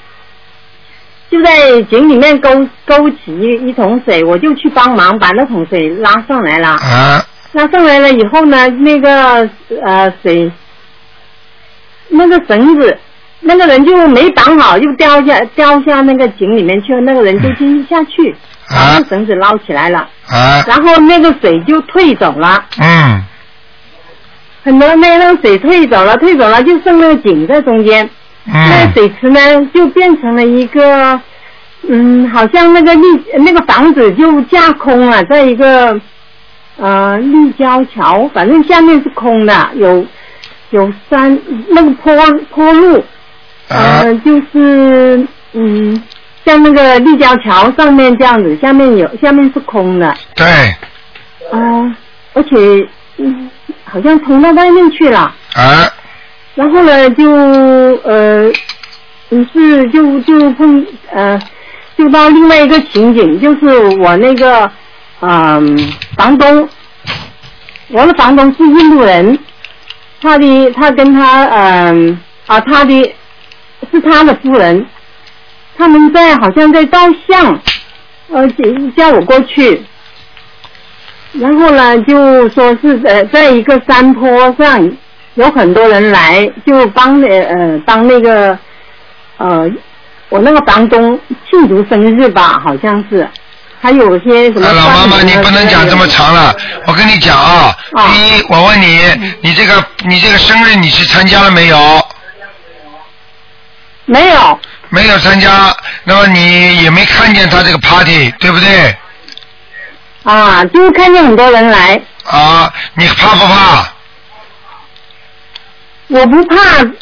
[SPEAKER 1] 就在井里面勾勾起一一桶水，我就去帮忙把那桶水拉上来了。
[SPEAKER 2] 啊
[SPEAKER 1] 拉上来了以后呢，那个呃水，那个绳子，那个人就没绑好，就掉下掉下那个井里面去了，那个人就进下去，把
[SPEAKER 2] 啊
[SPEAKER 1] 那个绳子捞起来了，
[SPEAKER 2] 啊！
[SPEAKER 1] 然后那个水就退走了，
[SPEAKER 2] 嗯
[SPEAKER 1] 很多那那个水退走了，退走了就剩那个井在中间，那个
[SPEAKER 2] 嗯
[SPEAKER 1] 水池呢就变成了一个，嗯，好像那个立那个房子就架空了，在一个呃立交桥，反正下面是空的，有有山那个坡坡路，
[SPEAKER 2] 啊
[SPEAKER 1] 呃，就是嗯，像那个立交桥上面这样子，下面有下面是空的，
[SPEAKER 2] 对
[SPEAKER 1] 啊、而且嗯，好像通到外面去了。
[SPEAKER 2] 啊
[SPEAKER 1] 然后呢，就呃，于是就就碰呃，就到另外一个情景，就是我那个嗯、房东，我的房东是印度人，他的他跟他嗯、啊他的是他的夫人，他们在好像在照相，呃叫我过去，然后呢，就说是呃，在一个山坡上，有很多人来，就帮那呃帮那个呃我那个房东庆祝生日吧，好像是，还有些什么、
[SPEAKER 2] 啊，老妈妈，你不能讲这么。长了。我跟你讲啊，
[SPEAKER 1] 嗯啊嗯
[SPEAKER 2] 第一，我问你，你这个你这个生日你去参加了没有？
[SPEAKER 1] 没有，
[SPEAKER 2] 没有参加，那么你也没看见他这个 party，对不对？
[SPEAKER 1] 啊，就看见很多人来，
[SPEAKER 2] 啊，你怕不怕？
[SPEAKER 1] 我不怕，
[SPEAKER 2] 嗯你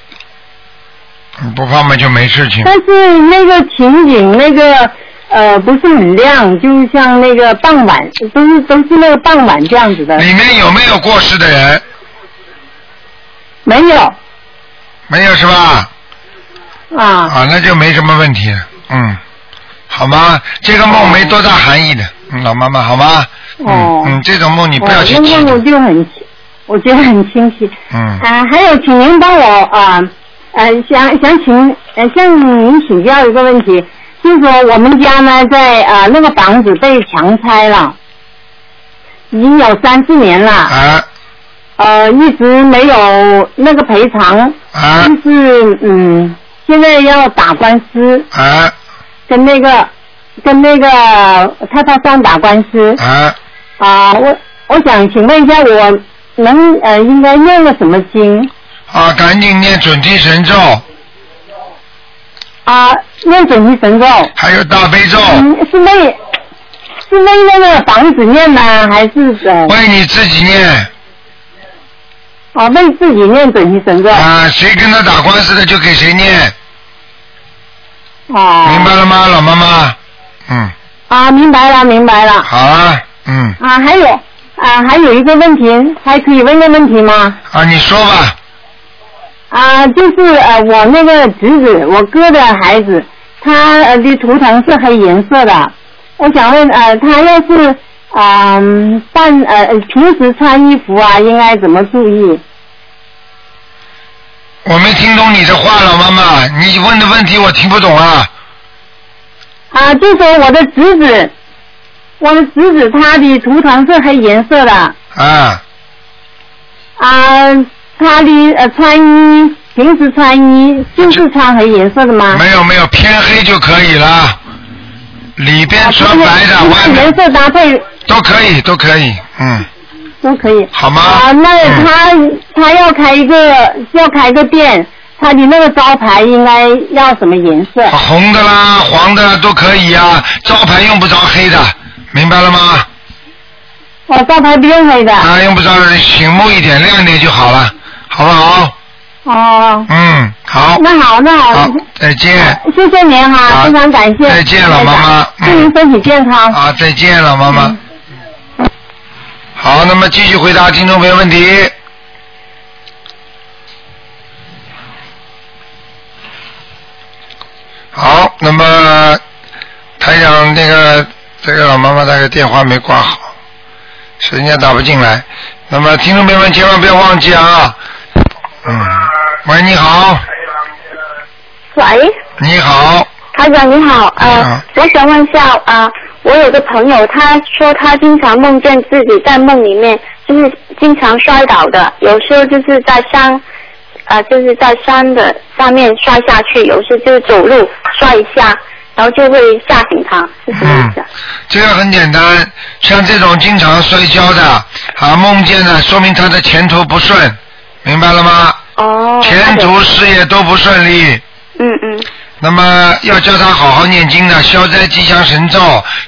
[SPEAKER 2] 嗯不怕嘛就没事情
[SPEAKER 1] 但。是那个情景那个呃不是很亮，就像那个傍晚，都是都是那个傍晚这样子的，
[SPEAKER 2] 里面有没有过世的人？
[SPEAKER 1] 没有
[SPEAKER 2] 没有是吧？
[SPEAKER 1] 啊。
[SPEAKER 2] 啊，那就没什么问题。嗯，好吗？这个梦没多大含义的，嗯老妈妈，好吗？嗯
[SPEAKER 1] 哦
[SPEAKER 2] 嗯，这种梦你不要去
[SPEAKER 1] 哦那
[SPEAKER 2] 记
[SPEAKER 1] 那我
[SPEAKER 2] 的。
[SPEAKER 1] 就很，我觉得很清晰。
[SPEAKER 2] 嗯，
[SPEAKER 1] 啊，还有，请您帮我啊，呃，想想请呃向您请教一个问题，就是说我们家呢在啊、那个房子被强拆了，已经有三四年了，
[SPEAKER 2] 啊
[SPEAKER 1] 呃，一直没有那个赔偿，
[SPEAKER 2] 啊
[SPEAKER 1] 但是嗯，现在要打官司，
[SPEAKER 2] 啊
[SPEAKER 1] 跟那个跟那个太太上打官司
[SPEAKER 2] 啊！
[SPEAKER 1] 啊、我我想请问一下，我能呃应该念个什么经？
[SPEAKER 2] 啊，赶紧念准提神咒，
[SPEAKER 1] 啊，念准提神咒。
[SPEAKER 2] 还有大悲咒，
[SPEAKER 1] 嗯，是为是为那个房子念吗？还是呃，
[SPEAKER 2] 为你自己念。
[SPEAKER 1] 啊，为自己念准提神咒？
[SPEAKER 2] 啊，谁跟他打官司的就给谁念，
[SPEAKER 1] 哦，
[SPEAKER 2] 明白了吗，老妈妈？嗯，
[SPEAKER 1] 啊，明白了，明白了。
[SPEAKER 2] 好啊，嗯，
[SPEAKER 1] 啊，还有啊，还有一个问题，还可以问个问题吗？
[SPEAKER 2] 啊，你说吧，
[SPEAKER 1] 啊，就是呃，我那个侄子，我哥的孩子，他呃的图腾是黑颜色的。我想问呃，他要是嗯、办呃平时穿衣服啊，应该怎么注意？
[SPEAKER 2] 我没听懂你的话，老妈妈，你问的问题我听不懂啊。
[SPEAKER 1] 啊，就说我的侄子，我的侄子他的图腾是黑颜色的，
[SPEAKER 2] 啊，
[SPEAKER 1] 啊，他的呃穿衣，平时穿衣就是穿黑颜色的吗？
[SPEAKER 2] 没有没有，偏黑就可以了，里边
[SPEAKER 1] 啊
[SPEAKER 2] 穿白的，
[SPEAKER 1] 就
[SPEAKER 2] 外
[SPEAKER 1] 是就是
[SPEAKER 2] 面
[SPEAKER 1] 颜色搭配
[SPEAKER 2] 都可以，都可以，嗯，
[SPEAKER 1] 都可以。
[SPEAKER 2] 好吗？
[SPEAKER 1] 啊，那
[SPEAKER 2] 嗯
[SPEAKER 1] 他、他要开一个要开个店，他的那个招牌应该要什么颜色？
[SPEAKER 2] 啊红的啦，黄的啦都可以啊，招牌用不着黑的，明白了吗？
[SPEAKER 1] 哦，招牌不用黑的。
[SPEAKER 2] 啊，用不着醒目一点、亮一点就好了，好不好？
[SPEAKER 1] 哦，
[SPEAKER 2] 嗯，好，
[SPEAKER 1] 那好，那
[SPEAKER 2] 好
[SPEAKER 1] 好，，
[SPEAKER 2] 再见。
[SPEAKER 1] 谢谢您
[SPEAKER 2] 好
[SPEAKER 1] 哈，非常感谢。
[SPEAKER 2] 再见了
[SPEAKER 1] 台长
[SPEAKER 2] 妈妈嗯
[SPEAKER 1] 祝您身体健康。嗯
[SPEAKER 2] 啊，再见了，妈妈。好，那么继续回答听众朋友问题。好，那么台长那个这个老妈妈那个电话没挂好，是人家打不进来。那么听众朋友们千万不要忘记啊，嗯，喂，你好，
[SPEAKER 5] 喂，
[SPEAKER 2] 你好，
[SPEAKER 5] 台长你好，呃，我想问一下啊、呃我有个朋友，他说他经常梦见自己在梦里面就是经常摔倒的，有时候就是在山，啊、就是在山的上面摔下去，有时就是走路摔一下，然后就会吓醒他，是什么意思啊？
[SPEAKER 2] 嗯这个很简单，像这种经常摔跤的啊，梦见的，说明他的前途不顺，明白了吗？
[SPEAKER 5] 哦，
[SPEAKER 2] 前途事业都不顺利。
[SPEAKER 5] 嗯嗯
[SPEAKER 2] 那么要教他好好念经的，消灾吉祥神咒、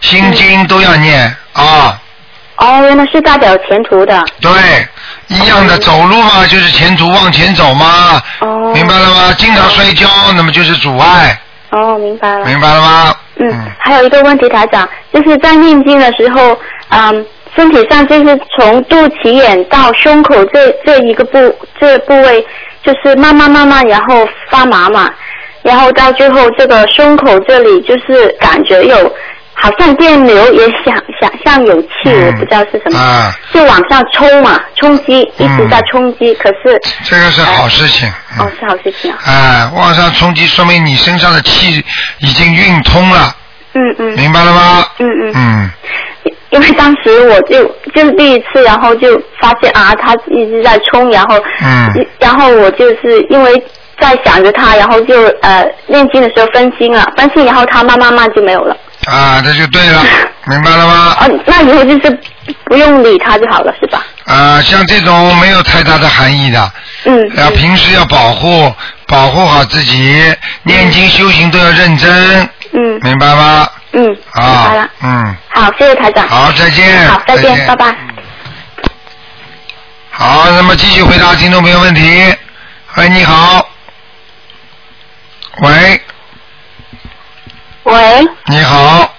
[SPEAKER 2] 心经都要念啊。
[SPEAKER 5] 哦，原来是代表前途的，
[SPEAKER 2] 对，一样的，走路嘛就是前途往前走嘛，
[SPEAKER 5] 哦，
[SPEAKER 2] 明白了吗？经常摔跤，那么就是阻碍，
[SPEAKER 5] 哦，明白了，
[SPEAKER 2] 明白了吗？
[SPEAKER 5] 嗯，还有一个问题，台长，就是在念经的时候，嗯，身体上就是从肚脐眼到胸口这这一个部这部位，就是慢慢慢慢，然后发麻嘛，然后到最后这个胸口这里就是感觉有好像电流，也想想像有气，
[SPEAKER 2] 嗯
[SPEAKER 5] 我不知道是什么，
[SPEAKER 2] 啊，
[SPEAKER 5] 就往上冲嘛，冲击一直
[SPEAKER 2] 嗯
[SPEAKER 5] 在冲击，可是
[SPEAKER 2] 这个是好事情。嗯
[SPEAKER 5] 哦是好事情啊，
[SPEAKER 2] 哎，往上冲击，说明你身上的气已经运通了，
[SPEAKER 5] 嗯嗯
[SPEAKER 2] 明白了吗？
[SPEAKER 5] 嗯嗯。
[SPEAKER 2] 嗯，
[SPEAKER 5] 因为当时我就就是第一次，然后就发现啊，他一直在冲，然后，
[SPEAKER 2] 嗯，
[SPEAKER 5] 然后我就是因为在想着他，然后就呃念经的时候分心了，分心以后他慢慢慢就没有了，
[SPEAKER 2] 啊，这就对 了，明白了吗？
[SPEAKER 5] 哦，那以后就是不用理他就好了，是吧？
[SPEAKER 2] 啊，像这种没有太大的含义的，
[SPEAKER 5] 嗯，
[SPEAKER 2] 要平时要保护，保护好自己，念经修行都要认真，
[SPEAKER 5] 嗯
[SPEAKER 2] 明白吗？
[SPEAKER 5] 嗯，明白
[SPEAKER 2] 啊
[SPEAKER 5] 了，，
[SPEAKER 2] 嗯，
[SPEAKER 5] 好，谢谢台长，
[SPEAKER 2] 好，再见，嗯
[SPEAKER 5] 好，再见，拜。拜。
[SPEAKER 2] 好，那么继续回答听众朋友问题。喂，你好。喂，
[SPEAKER 8] 喂，
[SPEAKER 2] 你好，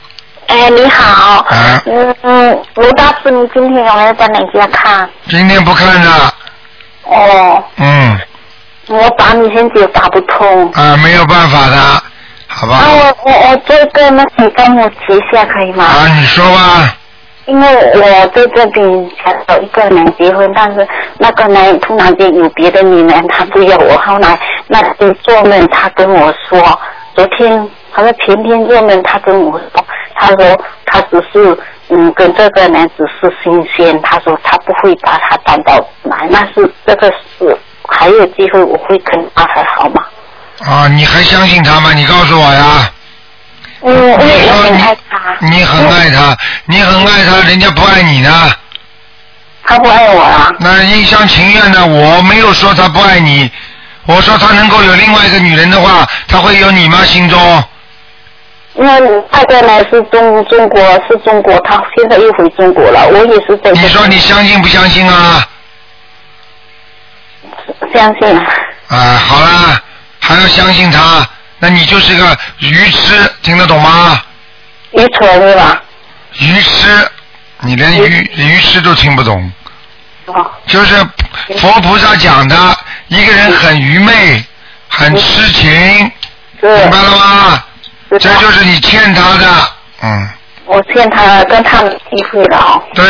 [SPEAKER 8] 哎，你好，
[SPEAKER 2] 啊，
[SPEAKER 8] 嗯嗯，卢大师，你今天有没有在哪家看？
[SPEAKER 2] 今天不看了，
[SPEAKER 8] 哦，
[SPEAKER 2] 嗯，
[SPEAKER 8] 我把你很久打不通，
[SPEAKER 2] 啊，没有办法的，好吧
[SPEAKER 8] 啊，，我我我这个呢，你帮我解一下可以吗？
[SPEAKER 2] 啊，你说吧，
[SPEAKER 8] 因为我在这边想找一个人结婚，但是那个男突然间有别的女人，他不要我。后来那天做梦，他跟我说，昨天好像前天做梦，他跟我说，他说他只是嗯跟这个男只是新鲜，他说他不会把他当到来，那是这个事还有机会我会跟他还好吗？
[SPEAKER 2] 啊，你还相信他吗？你告诉我呀，
[SPEAKER 8] 嗯，因为我很爱他，
[SPEAKER 2] 你很爱他，你很爱他，人家不爱你呢，
[SPEAKER 8] 他不爱我啊。
[SPEAKER 2] 那一厢情愿的，我没有说他不爱你，我说他能够有另外一个女人的话，他会有你吗？心中，
[SPEAKER 8] 因为大哥呢是中中国是中国，他现在又回中国了。我也是在
[SPEAKER 2] 你说你相信不相信啊？
[SPEAKER 8] 相信，
[SPEAKER 2] 啊，好啦，还要相信他，那你就是个愚痴，听得懂吗？
[SPEAKER 8] 愚蠢是吧？
[SPEAKER 2] 愚痴，你连愚愚痴都听不懂，
[SPEAKER 8] 哦，
[SPEAKER 2] 就是佛菩萨讲的，一个人很愚昧，很痴情，
[SPEAKER 8] 对
[SPEAKER 2] 明白了吗？
[SPEAKER 8] 知
[SPEAKER 2] 这
[SPEAKER 8] 道。
[SPEAKER 2] 就是你欠他的，嗯，
[SPEAKER 8] 我劝他跟他们机会了哦。
[SPEAKER 2] 对，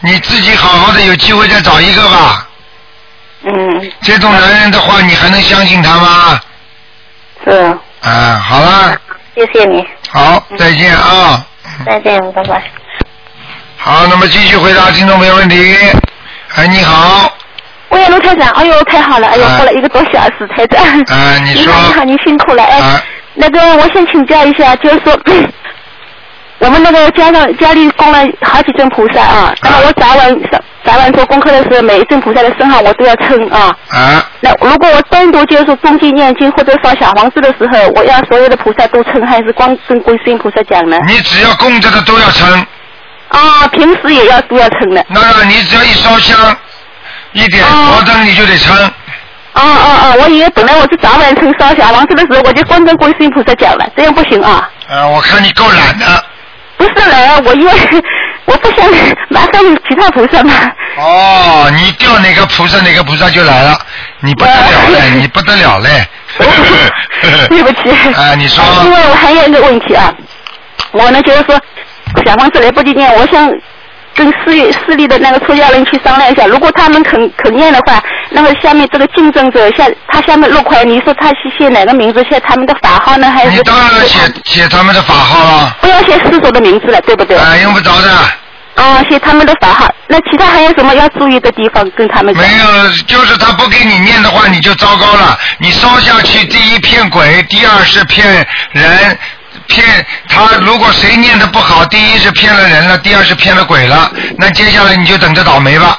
[SPEAKER 2] 你自己好好的，有机会再找一个吧。
[SPEAKER 8] 嗯，
[SPEAKER 2] 这种男人的话，你还能相信他吗？
[SPEAKER 8] 是，
[SPEAKER 2] 啊，好了，
[SPEAKER 8] 谢谢你，嗯
[SPEAKER 2] 好，再见啊。
[SPEAKER 8] 再见，拜拜。
[SPEAKER 2] 好，那么继续回答听众朋友问题。哎，你好，
[SPEAKER 9] 喂，卢台长，哎呦，太好了，哎呦，
[SPEAKER 2] 啊
[SPEAKER 9] 过了一个多小时，台长。
[SPEAKER 2] 啊你说
[SPEAKER 9] 您好，您好，您辛苦了，哎。
[SPEAKER 2] 啊
[SPEAKER 9] 那个，我想请教一下，就是说， 我们那个家长家里供了好几尊菩萨啊，然后我早晚早晚做功课的时候，每一尊菩萨的身上我都要称啊。
[SPEAKER 2] 啊，
[SPEAKER 9] 那如果我单独就是说中间念经或者烧小房子的时候，我要所有的菩萨都称，还是光跟观世音菩萨讲呢？
[SPEAKER 2] 你只要供着的都要称，
[SPEAKER 9] 啊，平时也要都要称的。
[SPEAKER 2] 那你只要一烧香，一点佛灯你就得称。
[SPEAKER 9] 哦哦哦，我以为本来我是早晚称烧小王子的时候，我就光跟观世音菩萨讲了，这样不行啊！
[SPEAKER 2] 啊，我看你够懒的。
[SPEAKER 9] 不是来，我因为 我不想麻烦其他菩 萨嘛。
[SPEAKER 2] 哦，你掉哪个菩萨哪个菩萨就来了，你不得了 嘞，你不得了嘞。
[SPEAKER 9] 对不起。
[SPEAKER 2] 啊，你说
[SPEAKER 9] 因为我还有一个问题啊，我呢就是说，小王子来不及念，我想跟私立私立的那个出家人去商量一下，如果他们肯肯念的话，那么下面这个竞争者下他下面落款，你说他是写哪个名字？写他们的法号呢，还是
[SPEAKER 2] 哎你当然写写他们的法号了，
[SPEAKER 9] 不要写失主的名字了，对不对？
[SPEAKER 2] 啊，用不着的。
[SPEAKER 9] 啊，写他们的法号。那其他还有什么要注意的地方？跟他们讲。
[SPEAKER 2] 没有，就是他不给你念的话，你就糟糕了。你烧下去，第一骗鬼，第二是骗人，骗他。如果谁念的不好，第一是骗了人了，第二是骗了鬼了，那接下来你就等着倒霉吧。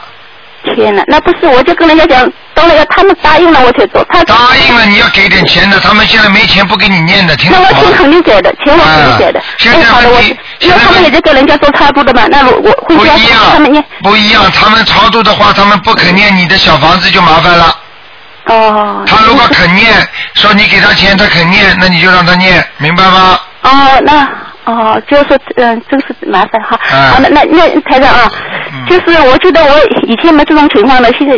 [SPEAKER 9] 天哪，那不是我就跟人家讲，到了要他们答应了我才做。他
[SPEAKER 2] 答应了你要给点钱的，他们现在没钱不给你念的，听
[SPEAKER 9] 那
[SPEAKER 2] 懂
[SPEAKER 9] 我
[SPEAKER 2] 吗
[SPEAKER 9] 钱？肯定给的，钱我肯定给的。
[SPEAKER 2] 啊现在
[SPEAKER 9] 哎，好的，我
[SPEAKER 2] 问题
[SPEAKER 9] 因为
[SPEAKER 2] 现
[SPEAKER 9] 他
[SPEAKER 2] 在
[SPEAKER 9] 们
[SPEAKER 2] 问
[SPEAKER 9] 也在给人家做差不多嘛，那我我会
[SPEAKER 2] 不
[SPEAKER 9] 要
[SPEAKER 2] 一
[SPEAKER 9] 求
[SPEAKER 2] 样
[SPEAKER 9] 他们念。，
[SPEAKER 2] 不一样。他们超度的话，他们不肯念你的小房子就麻烦了。
[SPEAKER 9] 哦。
[SPEAKER 2] 他如果肯念，说你给他钱，他肯念，那你就让他念，明白吗？
[SPEAKER 9] 哦，那哦，就是说，嗯，真是麻烦哈。
[SPEAKER 2] 哎
[SPEAKER 9] 好，那那那台长啊，
[SPEAKER 2] 嗯
[SPEAKER 9] 就是我觉得我以前没这种情况的，现在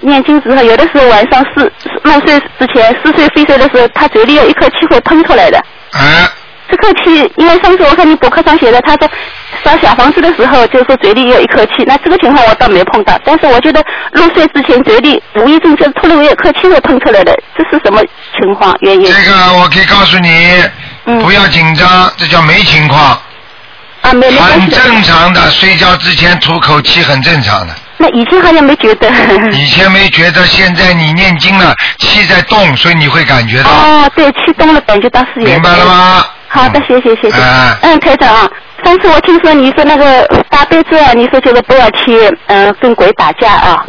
[SPEAKER 9] 念经之后，有的时候晚上四六岁之前，四岁非岁的时候，他嘴里有一口气会喷出来的。
[SPEAKER 2] 哎，
[SPEAKER 9] 这口气，因为上次我看你博客上写的，他说烧小房子的时候，就是说嘴里有一口气，那这个情况我倒没碰到，但是我觉得入睡之前嘴里无意中就突然有一口气会喷出来的，这是什么情况原因？
[SPEAKER 2] 这个我可以告诉你，
[SPEAKER 9] 嗯
[SPEAKER 2] 不要紧张，这叫没情况，
[SPEAKER 9] 啊，没没关
[SPEAKER 2] 很
[SPEAKER 9] 系的。
[SPEAKER 2] 正常的。睡觉之前吐口气很正常的，
[SPEAKER 9] 那以前好像没觉得。
[SPEAKER 2] 以前没觉得，现在你念经了，气在动，所以你会感觉到，
[SPEAKER 9] 哦，对，气动了，感觉到是有。
[SPEAKER 2] 明白了？吗？
[SPEAKER 9] 好的，谢谢谢谢。
[SPEAKER 2] 哎
[SPEAKER 9] 嗯，台长啊，上次我听说你说那个大悲咒啊，你说就是不要去嗯、呃跟鬼打架啊。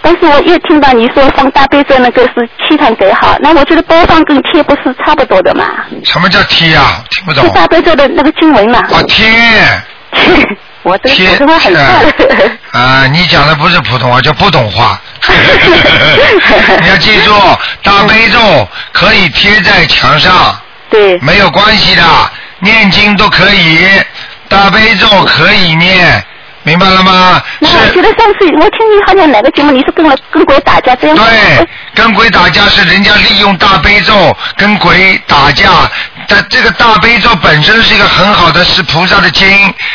[SPEAKER 9] 但是我又听到你说放大悲咒那个是气场给好，那我觉得播放跟贴不是差不多的嘛？
[SPEAKER 2] 什么叫踢啊？听不懂
[SPEAKER 9] 是。大悲咒的那个经文嘛？
[SPEAKER 2] 啊，贴。
[SPEAKER 9] 我这个
[SPEAKER 2] 贴
[SPEAKER 9] 普通话很差。
[SPEAKER 2] 啊、你讲的不是普通话，叫不懂话。你要记住，大悲咒可以贴在墙上，
[SPEAKER 9] 对，
[SPEAKER 2] 没有关系的，念经都可以，大悲咒可以念，明白了吗？
[SPEAKER 9] 那我觉得上次我听你好像哪个节目，你是跟了跟鬼打架这样。
[SPEAKER 2] 对，跟鬼打架是人家利用大悲咒跟鬼打架，但这个大悲咒本身是一个很好的，是菩萨的经。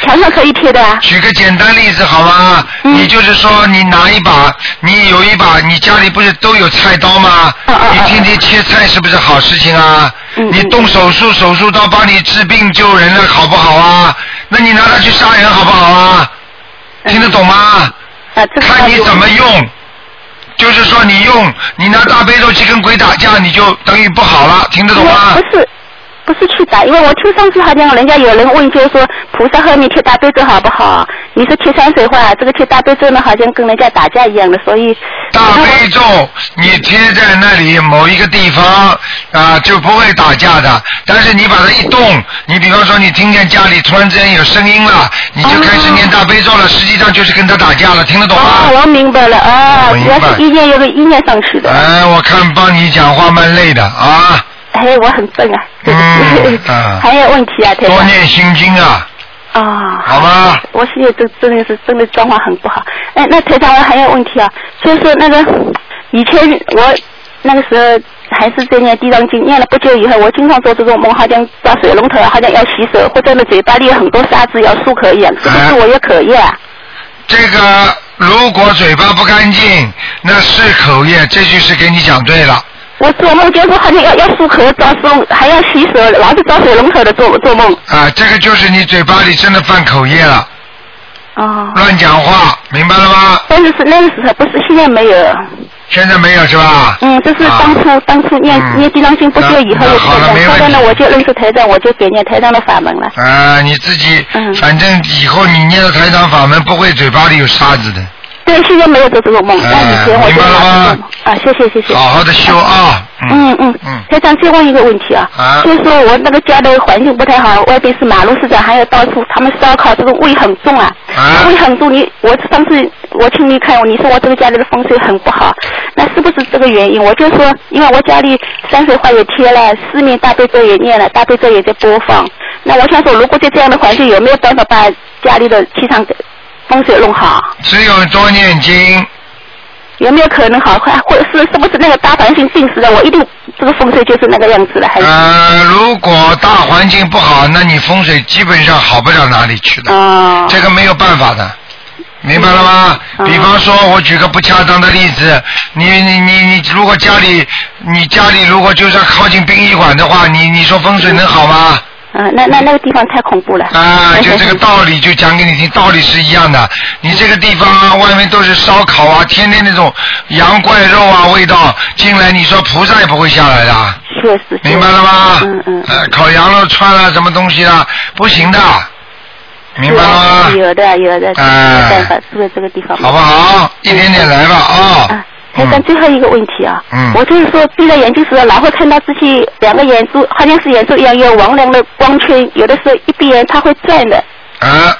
[SPEAKER 9] 墙上可以贴的嗯啊。
[SPEAKER 2] 举个简单例子好吗？你就是说，你拿一把，你有一把，你家里不是都有菜刀吗？
[SPEAKER 9] 啊
[SPEAKER 2] 你天天切菜是不是好事情啊？
[SPEAKER 9] 嗯
[SPEAKER 2] 你动手术，手术刀帮你治病救人了，好不好啊？那你拿它去杀人好不好啊？
[SPEAKER 9] 嗯
[SPEAKER 2] 听得懂吗？
[SPEAKER 9] 啊
[SPEAKER 2] 看你怎么用。就是说，你用你拿大悲咒去跟鬼打架，你就等于不好了，听得懂吗？
[SPEAKER 9] 不是，不是去打，因为我听上次好像人家有人问，就是说菩萨后面贴大悲咒好不好？你说贴山水画，这个贴大悲咒呢，好像跟人家打架一样的，所以
[SPEAKER 2] 大悲咒你贴在那里某一个地方啊、就不会打架的。但是你把它一动，你比方说你听见家里突然之间有声音了，你就开始念大悲咒了，实际上就是跟他打架了，听得懂吗？
[SPEAKER 9] 啊，哦我明白了啊，
[SPEAKER 2] 明
[SPEAKER 9] 主
[SPEAKER 2] 白
[SPEAKER 9] 要是意念有个意念上去的。
[SPEAKER 2] 哎，我看帮你讲话蛮累的 啊，
[SPEAKER 9] 哎，我很笨啊，
[SPEAKER 2] 嗯啊，
[SPEAKER 9] 还有问题啊，台长。
[SPEAKER 2] 多念心经啊，
[SPEAKER 9] 啊，
[SPEAKER 2] 好吗？
[SPEAKER 9] 我现在真真的是真的状况很不好。哎，那台长，我还有问题啊，就是那个以前我那个时候还是在念地藏经，念了不久以后，我经常做这种梦，好像抓水龙头，啊好像要洗手，或者呢嘴巴里有很多沙子要漱口一样，是不
[SPEAKER 2] 哎
[SPEAKER 9] 是我有口业啊？
[SPEAKER 2] 这个如果嘴巴不干净，那是口业，这就是给你讲对了。
[SPEAKER 9] 我做梦就是好像要要漱口，抓漱，还要洗手，老是抓水龙头的做做梦。
[SPEAKER 2] 啊，这个就是你嘴巴里真的犯口业了。
[SPEAKER 9] 哦。
[SPEAKER 2] 乱讲话，明白了吗？
[SPEAKER 9] 但是是那个时候，不是现在没有。
[SPEAKER 2] 现在没有是吧？
[SPEAKER 9] 嗯，这是当初、当初念、念地藏经不久以后，
[SPEAKER 2] 啊嗯那
[SPEAKER 9] 我
[SPEAKER 2] 好了没
[SPEAKER 9] 后
[SPEAKER 2] 问
[SPEAKER 9] 来呢，
[SPEAKER 2] 题
[SPEAKER 9] 我就认识台长，我就改念台长的法门了。
[SPEAKER 2] 啊，你自己，反正以后你念的台长法门不会嘴巴里有沙子的，
[SPEAKER 9] 对，现在没有做这
[SPEAKER 2] 嗯
[SPEAKER 9] 种梦，那以前我就做梦啊，谢谢谢谢。
[SPEAKER 2] 好好的修啊。
[SPEAKER 9] 嗯嗯嗯，台长，再问一个问题啊，
[SPEAKER 2] 啊
[SPEAKER 9] 就是说我那个家的环境不太好，外边是马路市场，还有到处他们烧烤，这个味很重啊，味很重。你我上次我请你看，你说我这个家里的风水很不好，那是不是这个原因？我就说，因为我家里山水画也贴了，四面大悲咒也念了，大悲咒也在播放。那我想说，如果在这样的环境，有没有办法把家里的气场风水弄好？
[SPEAKER 2] 只有多念经。
[SPEAKER 9] 有没有可能好，或或是是不是那个大环境定死了？我一定这个风水就是那个样子了，还是？
[SPEAKER 2] 呃，如果大环境不好，那你风水基本上好不了哪里去的。这个没有办法的，明白了吗？比方说，我举个不恰当的例子，你你你你，如果家里你家里如果就是靠近殡仪馆的话，你你说风水能好吗？
[SPEAKER 9] 嗯、那那那个地方太恐怖了。
[SPEAKER 2] 啊，就这个道理就讲给你听，道理是一样的。你这个地方啊，外面都是烧烤啊，天天那种羊怪肉啊味道进来，你说菩萨也不会下来的啊。
[SPEAKER 9] 确实。
[SPEAKER 2] 明白了吗？嗯嗯。呃，烤羊肉串啊，什么东西啊，不行的，明白了吗？
[SPEAKER 9] 有的有的，没
[SPEAKER 2] 哎
[SPEAKER 9] 办法，住在这个地方。
[SPEAKER 2] 好不好？一点点来吧啊。
[SPEAKER 9] 还但最后一个问题啊，
[SPEAKER 2] 嗯
[SPEAKER 9] 我就是说闭着眼睛时候，然后看到自己两个眼珠好像是眼珠一样有锃亮的光圈，有的时候一闭眼它会转的。
[SPEAKER 2] 啊。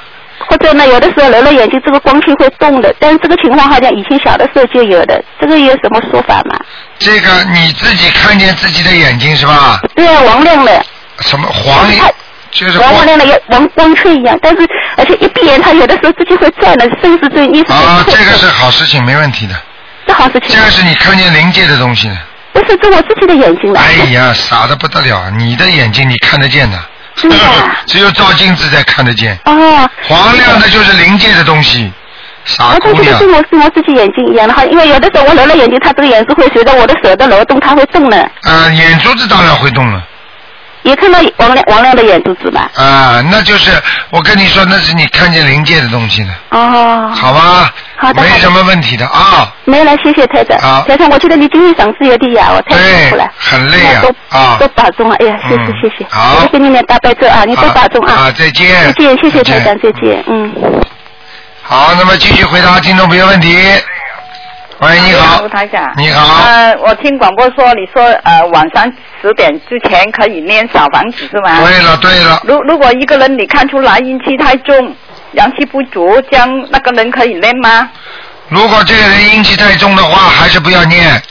[SPEAKER 9] 或者呢，有的时候揉揉眼睛，这个光圈会动的，但是这个情况好像以前小的时候就有的，这个有什么说法吗？
[SPEAKER 2] 这个你自己看见自己的眼睛是吧？
[SPEAKER 9] 对啊，锃亮的。
[SPEAKER 2] 什么黄？就是
[SPEAKER 9] 光光亮亮，光光圈一样，但是而且一闭眼，它有的时候自己会转的，甚至对你 是
[SPEAKER 2] 啊，这个是好事情，没问题的。
[SPEAKER 9] 这好事情。
[SPEAKER 2] 这个是你看见灵界的东西的。
[SPEAKER 9] 不是，这我自己的眼睛了。
[SPEAKER 2] 哎呀，傻的不得了，你的眼睛你看得见的。 只有照镜子才看得见。
[SPEAKER 9] 啊哦。
[SPEAKER 2] 黄亮的就是灵界的东西，傻
[SPEAKER 9] 啊，
[SPEAKER 2] 姑
[SPEAKER 9] 这个
[SPEAKER 2] 娘
[SPEAKER 9] 是。我是我自己眼睛一样的哈，因为有的时候我揉了眼睛，它这个眼珠会随着我的手的揉动，它会动的，
[SPEAKER 2] 啊，眼珠子当然会动了。
[SPEAKER 9] 也看到王亮王亮的眼珠子嘛。
[SPEAKER 2] 啊，那就是我跟你说，那是你看见灵界的东西了，
[SPEAKER 9] 哦，
[SPEAKER 2] 好吧？
[SPEAKER 9] 好的
[SPEAKER 2] 没什么问题的啊，
[SPEAKER 9] 没了，谢谢台长。
[SPEAKER 2] 好
[SPEAKER 9] 台长，我觉得你今天嗓子有点哑，我太辛苦了。
[SPEAKER 2] 很累啊
[SPEAKER 9] 那多
[SPEAKER 2] 啊
[SPEAKER 9] 多保重啊！哎呀，谢谢
[SPEAKER 2] 嗯
[SPEAKER 9] 谢谢。
[SPEAKER 2] 好
[SPEAKER 9] 我给你念大悲咒啊，你多
[SPEAKER 2] 好
[SPEAKER 9] 保重啊。
[SPEAKER 2] 啊再见
[SPEAKER 9] 再见，谢谢
[SPEAKER 2] 再
[SPEAKER 9] 台
[SPEAKER 2] 见
[SPEAKER 9] 长，再见。嗯。
[SPEAKER 2] 好，那么继续回答听众朋友问题。喂，哎你好，
[SPEAKER 10] 哎卢台长。
[SPEAKER 2] 你好
[SPEAKER 10] 呃，我听广播说你说呃晚上十点之前可以念小房子是吗？
[SPEAKER 2] 对了对了
[SPEAKER 10] 如如果一个人你看出来阴气太重，阳气不足，这样那个人可以念吗？
[SPEAKER 2] 如果这个人阴气太重的话，还是不要念。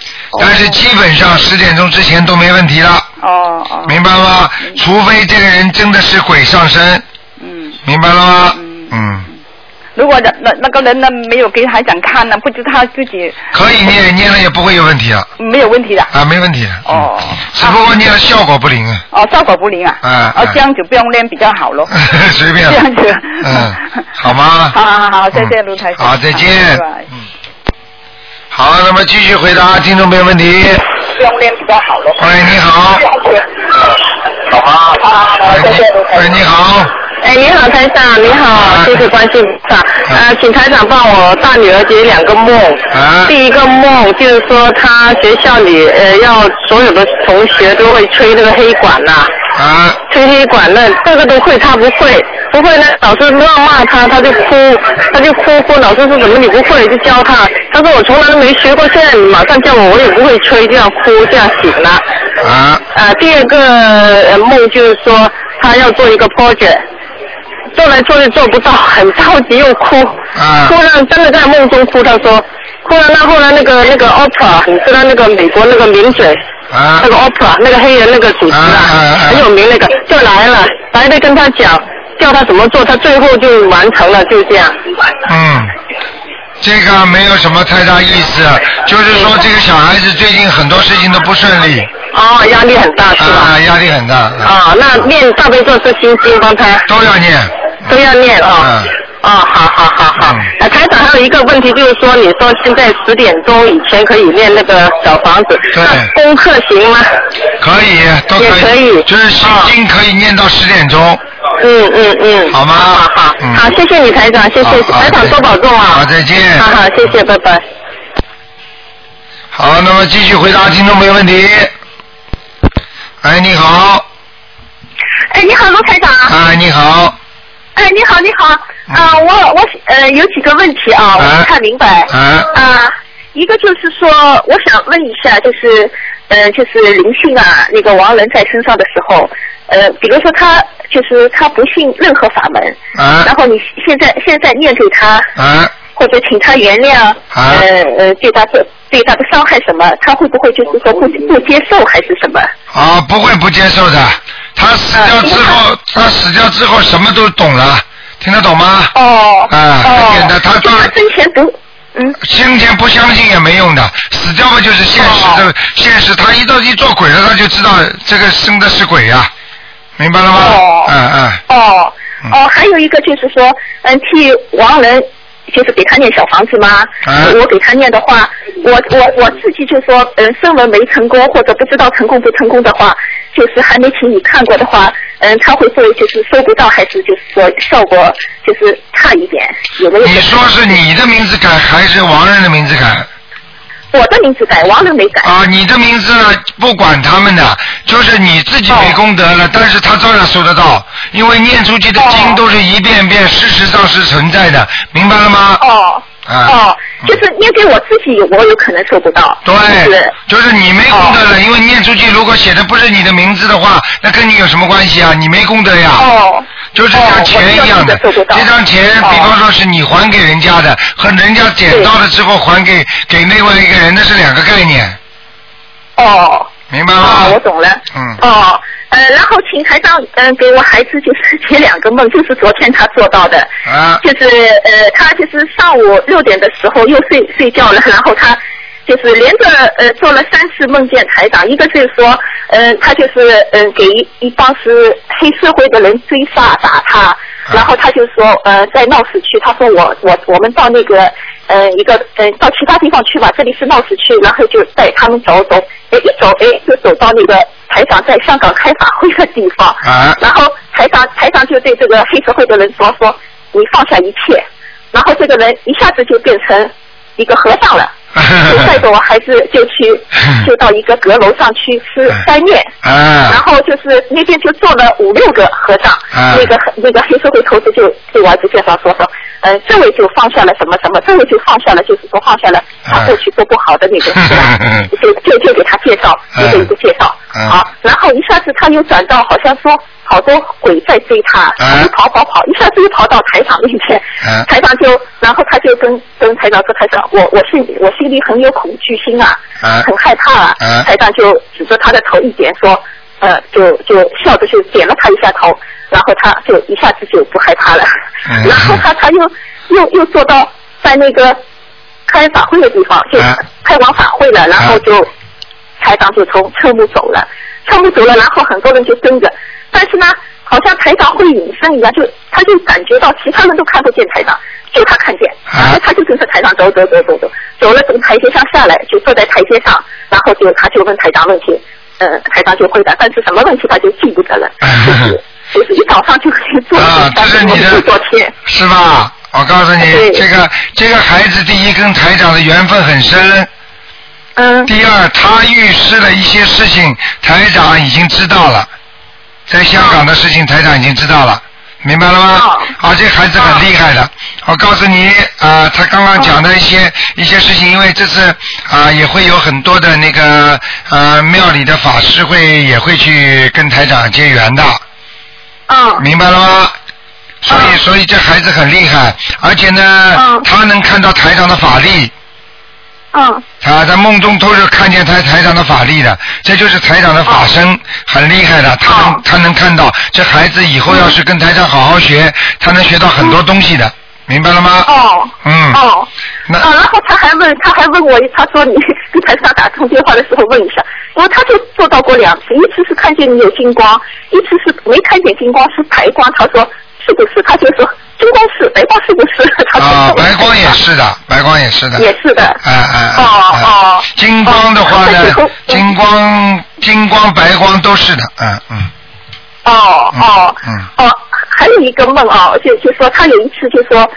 [SPEAKER 2] 但是基本上十点钟之前都没问题了。
[SPEAKER 10] 哦哦。
[SPEAKER 2] 明白吗？除非这个人真的是鬼上身。嗯。明白了吗？嗯。
[SPEAKER 10] 如果那那那个人呢没有给台长看呢，不知他自己
[SPEAKER 2] 可以
[SPEAKER 10] 嗯
[SPEAKER 2] 念，念了也不会有问题了。
[SPEAKER 10] 没有问题的。
[SPEAKER 2] 啊，没问题。
[SPEAKER 10] 哦。
[SPEAKER 2] 只不过念了效果不灵啊。
[SPEAKER 10] 哦，效果不灵啊。
[SPEAKER 2] 啊
[SPEAKER 10] 哦，这样就不用练比较好 咯。
[SPEAKER 2] 随便。
[SPEAKER 10] 这样子。
[SPEAKER 2] 嗯，好吗？
[SPEAKER 10] 好好好，再见，卢台长。
[SPEAKER 2] 嗯好再见嗯
[SPEAKER 10] 拜拜
[SPEAKER 2] 好，那么继续回答听众朋友问题。
[SPEAKER 10] 不用练比较好咯。
[SPEAKER 2] 喂，你好。喂，你好。
[SPEAKER 11] 哎，你好，台长，你
[SPEAKER 2] 啊
[SPEAKER 11] 好，啊谢谢关心长。呃，请台长帮我大女儿解两个梦。
[SPEAKER 2] 啊。
[SPEAKER 11] 第一个梦就是 说，她哦学校里呃要所有的同学都会吹那个黑管呐、
[SPEAKER 2] 啊。
[SPEAKER 11] 吹黑管那这个都会，她不会，不会呢，老师乱骂她，她就哭，她就哭哭，老师说怎么你不会就教她，她说我从来都没学过，现在你马上叫我我也不会吹，这样哭这样醒了。
[SPEAKER 2] 啊。
[SPEAKER 11] 啊，第二个呃梦就是说她要做一个 project。做来做去做不到，很着急又哭，哭了真的在梦中哭，他说哭了。那后来那个那个 opera，你知道那个美国那个名嘴，那个 opera 那个黑人那个主持啊，很有名那个就来了，来了跟他讲叫他怎么做，他最后就完成了，就这样。
[SPEAKER 2] 嗯，这个没有什么太大意思，就是说这个小孩子最近很多事情都不顺利。
[SPEAKER 11] 哦，压力很大是吧？
[SPEAKER 2] 啊，压力很大。
[SPEAKER 11] 啊，那念大悲咒是心经帮他
[SPEAKER 2] 都要念，
[SPEAKER 11] 都要念啊、
[SPEAKER 2] 嗯。
[SPEAKER 11] 哦，好好好好。
[SPEAKER 5] 哎
[SPEAKER 11] 呃，台长还有一个问题，就是说，你说现在十点钟以前可以念那个小房子，那功课行吗？
[SPEAKER 2] 可以，都可以。就是心经可以念到十点钟。
[SPEAKER 11] 嗯嗯嗯。
[SPEAKER 2] 好吗？好好。嗯。
[SPEAKER 11] 好，谢谢你台长，谢谢
[SPEAKER 2] 好好
[SPEAKER 11] 台长多保重啊。
[SPEAKER 2] 好再见
[SPEAKER 11] 好好，谢谢，拜拜。
[SPEAKER 2] 好，那么继续回答听众朋友问题。哎，你好，
[SPEAKER 5] 哎，你好，卢台长。
[SPEAKER 2] 哎，你好，嗯
[SPEAKER 5] 哎，你好，你好。啊、我我呃有几个问题啊，我没看明白。
[SPEAKER 2] 啊、
[SPEAKER 5] 一个就是说，我想问一下，就是呃，就是灵性啊，那个亡人在身上的时候，呃，比如说他就是他不信任何法门，
[SPEAKER 2] 啊、
[SPEAKER 5] 然后你现在现在面对他，
[SPEAKER 2] 啊、
[SPEAKER 5] 或者请他原谅，
[SPEAKER 2] 啊、
[SPEAKER 5] 呃呃，对他的对他的伤害什么，他会不会就是说不不接受还是什么？
[SPEAKER 2] 啊，不会不接受的。他死掉之
[SPEAKER 5] 呃
[SPEAKER 2] 后，他死掉之后什么都懂了，听得懂吗？
[SPEAKER 5] 哦。
[SPEAKER 2] 啊，很简单，他到
[SPEAKER 5] 生前不，嗯，
[SPEAKER 2] 生前不相信也没用的，死掉嘛就是现实的，
[SPEAKER 5] 哦
[SPEAKER 2] 现实他一到一做鬼了，他就知道这个生的是鬼呀、明白了吗？
[SPEAKER 5] 哦
[SPEAKER 2] 嗯嗯，
[SPEAKER 5] 哦哦，还有一个就是说，嗯，替亡人就是给他念小房子吗？
[SPEAKER 2] 啊
[SPEAKER 5] 我给他念的话，我我我自己就说，嗯，声纹没成功或者不知道成功不成功的话，就是还没请你看过的话，嗯，他会不会就是收不到，还是就是说效果就是差一点？有没有？
[SPEAKER 2] 你说是你的名字改还是亡人的名字改？
[SPEAKER 5] 我的名字改，亡人没改。
[SPEAKER 2] 啊，你的名字不管他们的，就是你自己没功德
[SPEAKER 5] 哦
[SPEAKER 2] 了，但是他照样收得到，因为念出去的经都是一遍遍，事实上是存在的，明白了吗？
[SPEAKER 5] 哦。
[SPEAKER 2] 啊。
[SPEAKER 5] 哦，就是念给我自己，我有可能收不到。
[SPEAKER 2] 对，就是你没功德了，因为念出去如果写的不是你的名字的话，那跟你有什么关系啊？你没功德呀。
[SPEAKER 5] 哦。
[SPEAKER 2] 就是像钱一样的，这张钱，比方说是你还给人家的，和人家捡到了之后还给给另外一个人，那是两个概念，
[SPEAKER 5] 哦。
[SPEAKER 2] 明白吗？
[SPEAKER 5] 哦，我懂了。
[SPEAKER 2] 嗯。
[SPEAKER 5] 哦，呃，然后请台长，嗯、给我孩子就是 解两个梦，就是昨天他做到的，
[SPEAKER 2] 啊
[SPEAKER 5] 就是呃，他就是上午六点的时候又睡睡觉了，然后他就是连着呃做了三次梦见台长，一个就是说，嗯、他就是嗯、给一一帮是黑社会的人追杀打他，然后他就说呃在闹市区，他说我我我们到那个。呃，一个呃，到其他地方去吧，这里是闹市区，然后就带他们走走，哎，一走哎，就走到那个台长在香港开法会的地方，
[SPEAKER 2] 啊
[SPEAKER 5] 然后台长台长就对这个黑社会的人说说，你放下一切，然后这个人一下子就变成一个和尚了，就带着我孩子就 去就到一个阁楼上去吃斋面，然
[SPEAKER 2] 啊
[SPEAKER 5] 后就是那边就坐了五六个和尚，
[SPEAKER 2] 啊
[SPEAKER 5] 那个那个黑社会头子就对我儿子介绍说说，嗯、这位就放下了什么什么，这位就放下了，就是说
[SPEAKER 2] 啊
[SPEAKER 5] 啊 放下了他过去做不好的那个事啊，就就就给他介绍一个一个介绍，
[SPEAKER 2] 嗯
[SPEAKER 5] 好，然后一下子他又转到好像说好多鬼在追他，他就跑跑跑，一下子又跑到台长面前，
[SPEAKER 2] 嗯
[SPEAKER 5] 台长就然后他就跟跟台长说，台长我我心里我心里很有恐惧心啊，
[SPEAKER 2] 嗯
[SPEAKER 5] 很害怕啊，
[SPEAKER 2] 嗯
[SPEAKER 5] 台长就指着他的头一点说，呃，就就笑着就点了他一下头，然后他就一下子就不害怕了，
[SPEAKER 2] 嗯
[SPEAKER 5] 然后他他又又又坐到在那个开法会的地方，就
[SPEAKER 2] 嗯
[SPEAKER 5] 开完法会了，然后就台长就从侧幕走了，侧幕走了，然后很多人就跟着，但是呢，好像台长会隐身一样，就他就感觉到其他人都看不见台长，就他看见，
[SPEAKER 2] 啊
[SPEAKER 5] 然后他就跟着台长走走走走走，走了从台阶上下来，就坐在台阶上，然后就他就问台长问题，嗯，台长就回答，但是什么问题他就记不得了，就是一早上就可以做
[SPEAKER 2] 啊，这是嗯你 的是吧？我告诉你，这个这个孩子第一跟台长的缘分很深，
[SPEAKER 5] 嗯，
[SPEAKER 2] 第二他预示了一些事情，台长已经知道了，在香港的事情台长已经知道了。明白了吗？啊，这孩子很厉害的。我告诉你，啊、他刚刚讲的一些、一些事情，因为这次啊、也会有很多的那个呃庙里的法师会也会去跟台长结缘的。
[SPEAKER 5] 嗯
[SPEAKER 2] 明白了吗？所以，所以这孩子很厉害，而且呢，他能看到台长的法力。
[SPEAKER 5] 嗯。
[SPEAKER 2] 啊，在梦中都是看见台台长的法力的，这就是台长的法
[SPEAKER 5] 哦
[SPEAKER 2] 身，很厉害的。他能他能看到，这孩子以后要是跟台长好好学，他能学到很多东西的，明白了吗？
[SPEAKER 5] 嗯哦。
[SPEAKER 2] 嗯。
[SPEAKER 5] 哦。
[SPEAKER 2] 那
[SPEAKER 5] 啊，然后他还问，他还问我，他说你跟台长打通电话的时候问一下，我他就做到过两次，一次是看见你有金光，一次是没看见金光是白光，他说是不是？他就说金光是白光是不是？ 他说
[SPEAKER 2] 啊，白光也是的，白光也是的。
[SPEAKER 5] 也是的。哦
[SPEAKER 2] 哎哎。哦哦。金光的话呢，金光金光白光都是的，嗯嗯
[SPEAKER 5] 哦哦
[SPEAKER 2] 嗯。
[SPEAKER 5] 哦，还有一个梦啊，就就说他有一次就说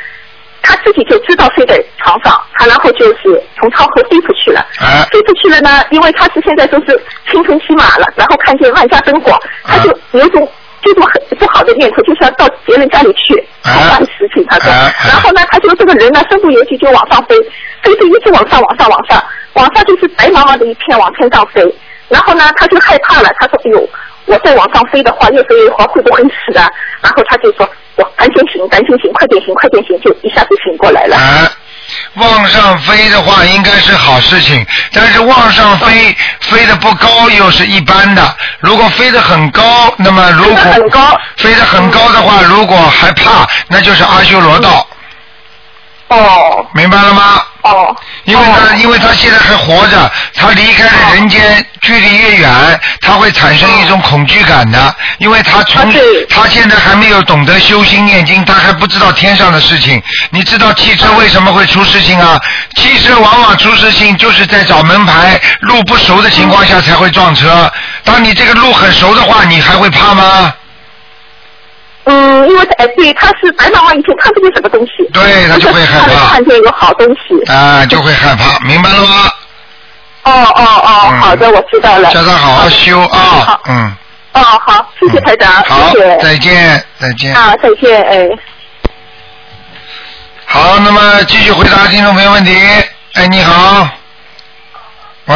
[SPEAKER 5] 他自己就知道睡在床上，他然后就是从窗户飞出去了，
[SPEAKER 2] 哎
[SPEAKER 5] 飞出去了呢，因为他是现在都是青春期嘛了，然后看见万家灯火，
[SPEAKER 2] 哎
[SPEAKER 5] 他就有种。这种很不好的念头，就是要到别人家里去
[SPEAKER 2] 哎
[SPEAKER 5] 办事情。啊他说，然后呢，他就这个人呢，身不由己就往上飞，飞飞一直往上，往上，往上，往上就是白茫茫的一片往天上飞。然后呢，他就害怕了，他说：“哎呦，我再往上飞的话，越飞越高，会不会死啊？”然后他就说：“我赶紧醒，赶紧醒，快点醒，快点醒！”就一下子醒过来了。
[SPEAKER 2] 啊往上飞的话应该是好事情，但是往上
[SPEAKER 5] 嗯
[SPEAKER 2] 飞飞得不高又是一般的。如果飞得很高，那么如果很
[SPEAKER 5] 高嗯
[SPEAKER 2] 飞得很高的话，如果还怕，那就是阿修罗道。
[SPEAKER 5] 哦。
[SPEAKER 2] 明白了吗？
[SPEAKER 5] 哦。
[SPEAKER 2] 因为他因为他现在还活着，他离开了人间，距离越远，他会产生一种恐惧感的，因为他从他现在还没有懂得修心念经，他还不知道天上的事情。你知道汽车为什么会出事情啊？汽车往往出事情就是在找门牌、路不熟的情况下才会撞车。当你这个路很熟的话，你还会怕吗？
[SPEAKER 5] 嗯，因为哎，对，他是白茫茫一片，看不见什么东西。
[SPEAKER 2] 对，他就会害怕。
[SPEAKER 5] 看见有好东西。
[SPEAKER 2] 啊，就会害怕，明白了吗？嗯
[SPEAKER 5] 哦哦哦，好的，我知道了。
[SPEAKER 2] 叫他好好修啊，嗯，
[SPEAKER 5] 哦，好，谢谢台长，
[SPEAKER 2] 好
[SPEAKER 5] 谢谢。，
[SPEAKER 2] 再见，再见。
[SPEAKER 5] 啊，再见，哎。
[SPEAKER 2] 好，那么继续回答听众朋友问题。哎，你好，喂，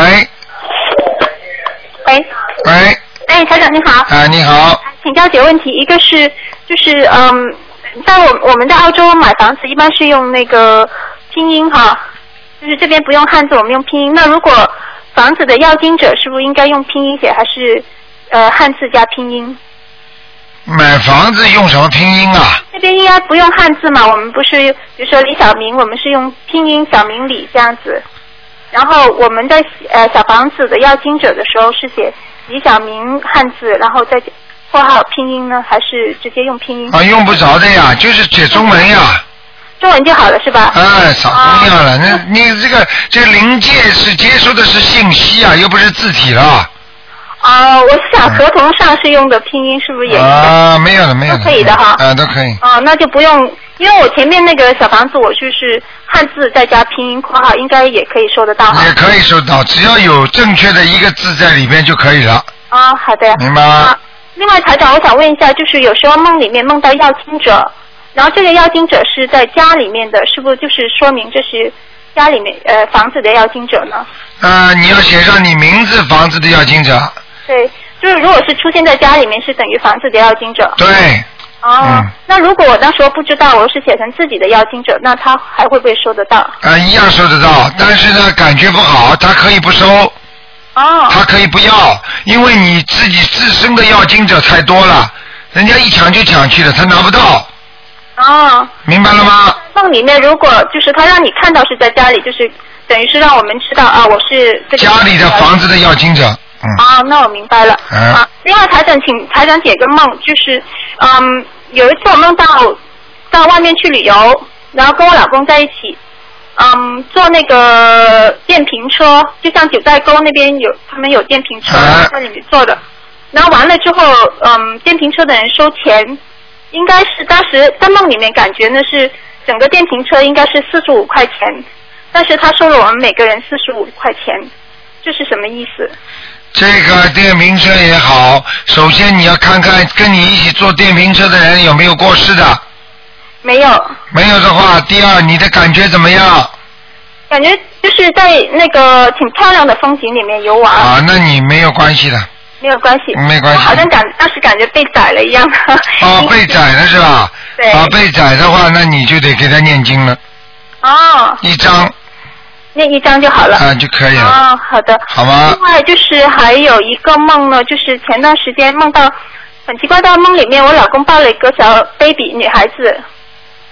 [SPEAKER 12] 喂
[SPEAKER 2] 喂，
[SPEAKER 12] 哎，台长你好，
[SPEAKER 2] 啊，你好，
[SPEAKER 12] 请教几个问题，一个是就是嗯，在我我们在澳洲买房子一般是用那个拼音哈，就是这边不用汉字，我们用拼音。那如果房子的要经者是不是应该用拼音写，还是呃汉字加拼音？
[SPEAKER 2] 买房子用什么拼音啊？
[SPEAKER 12] 这边应该不用汉字嘛，我们不是比如说李小明，我们是用拼音小明李这样子。然后我们在呃小房子的要经者的时候是写李小明汉字，然后再括号拼音呢，还是直接用拼音？
[SPEAKER 2] 啊，用不着的呀，就是写中文呀。
[SPEAKER 12] 中文就好了是吧？
[SPEAKER 2] 哎，少中药了，那你这个这临界是接收的是信息啊，又不是字体了。
[SPEAKER 12] 啊、我是想合同上是用的拼音，是不是也应该？
[SPEAKER 2] 啊，没有了，没有了。
[SPEAKER 12] 都可以的哈
[SPEAKER 2] 啊，都可以。
[SPEAKER 12] 哦，那就不用，因为我前面那个小房子我就是汉字再加拼音括号，应该也可以收得到哈。
[SPEAKER 2] 也可以收到，只要有正确的一个字在里边就可以了，
[SPEAKER 12] 啊、好的。啊
[SPEAKER 2] 明白吗？
[SPEAKER 12] 另外，台长，我想问一下，就是有时候梦里面梦到要经者，然后这个要经者是在家里面的，是不是就是说明这是家里面呃房子的要经者呢？
[SPEAKER 2] 啊，你要写上你名字、房子的要经者，
[SPEAKER 12] 对，就是如果是出现在家里面，是等于房子的要经者。
[SPEAKER 2] 对，嗯
[SPEAKER 12] 哦，那如果我那时候不知道，我是写成自己的要经者，那他还会不会收得到？
[SPEAKER 2] 啊，一样收得到，但是呢，感觉不好，他可以不收。
[SPEAKER 12] 哦。
[SPEAKER 2] 他可以不要，因为你自己自身的要经者太多了，人家一抢就抢去了，他拿不到，
[SPEAKER 12] 哦，
[SPEAKER 2] 明白了吗？
[SPEAKER 12] 梦里面如果就是他让你看到是在家里，就是等于是让我们知道啊，我是这个
[SPEAKER 2] 家里的房子的要经者，嗯，
[SPEAKER 12] 啊，那我明白了。
[SPEAKER 2] 嗯
[SPEAKER 12] 啊，另外台长，请台长解个梦，就是嗯，有一次我梦到到外面去旅游，然后跟我老公在一起，嗯，坐那个电瓶车，就像九寨沟那边有他们有电瓶车，在里面坐的。然后完了之后，嗯，电瓶车的人收钱，应该是当时在梦里面感觉呢是整个电瓶车应该是四十五块钱，但是他收了我们每个人四十五块钱，这是什么意思？
[SPEAKER 2] 这个电瓶车也好，首先你要看看跟你一起坐电瓶车的人有没有过世的，
[SPEAKER 12] 没有，
[SPEAKER 2] 没有的话，第二你的感觉怎么样？
[SPEAKER 12] 感觉就是在那个挺漂亮的风景里面游玩，
[SPEAKER 2] 啊，那你没有关系的，
[SPEAKER 12] 没有关系，
[SPEAKER 2] 没关系
[SPEAKER 12] 我好像感当时感觉被宰了一样。
[SPEAKER 2] 啊，被宰了是吧？
[SPEAKER 12] 嗯对嗯
[SPEAKER 2] 啊，被宰的话，那你就得给他念经了，
[SPEAKER 12] 哦，
[SPEAKER 2] 一张
[SPEAKER 12] 那一张就好了。
[SPEAKER 2] 啊就可以了，
[SPEAKER 12] 哦，好的。
[SPEAKER 2] 好吗
[SPEAKER 12] 另？外就是还有一个梦呢，就是前段时间梦到呃很奇怪，到梦里面我老公抱了一个小 baby 女孩子，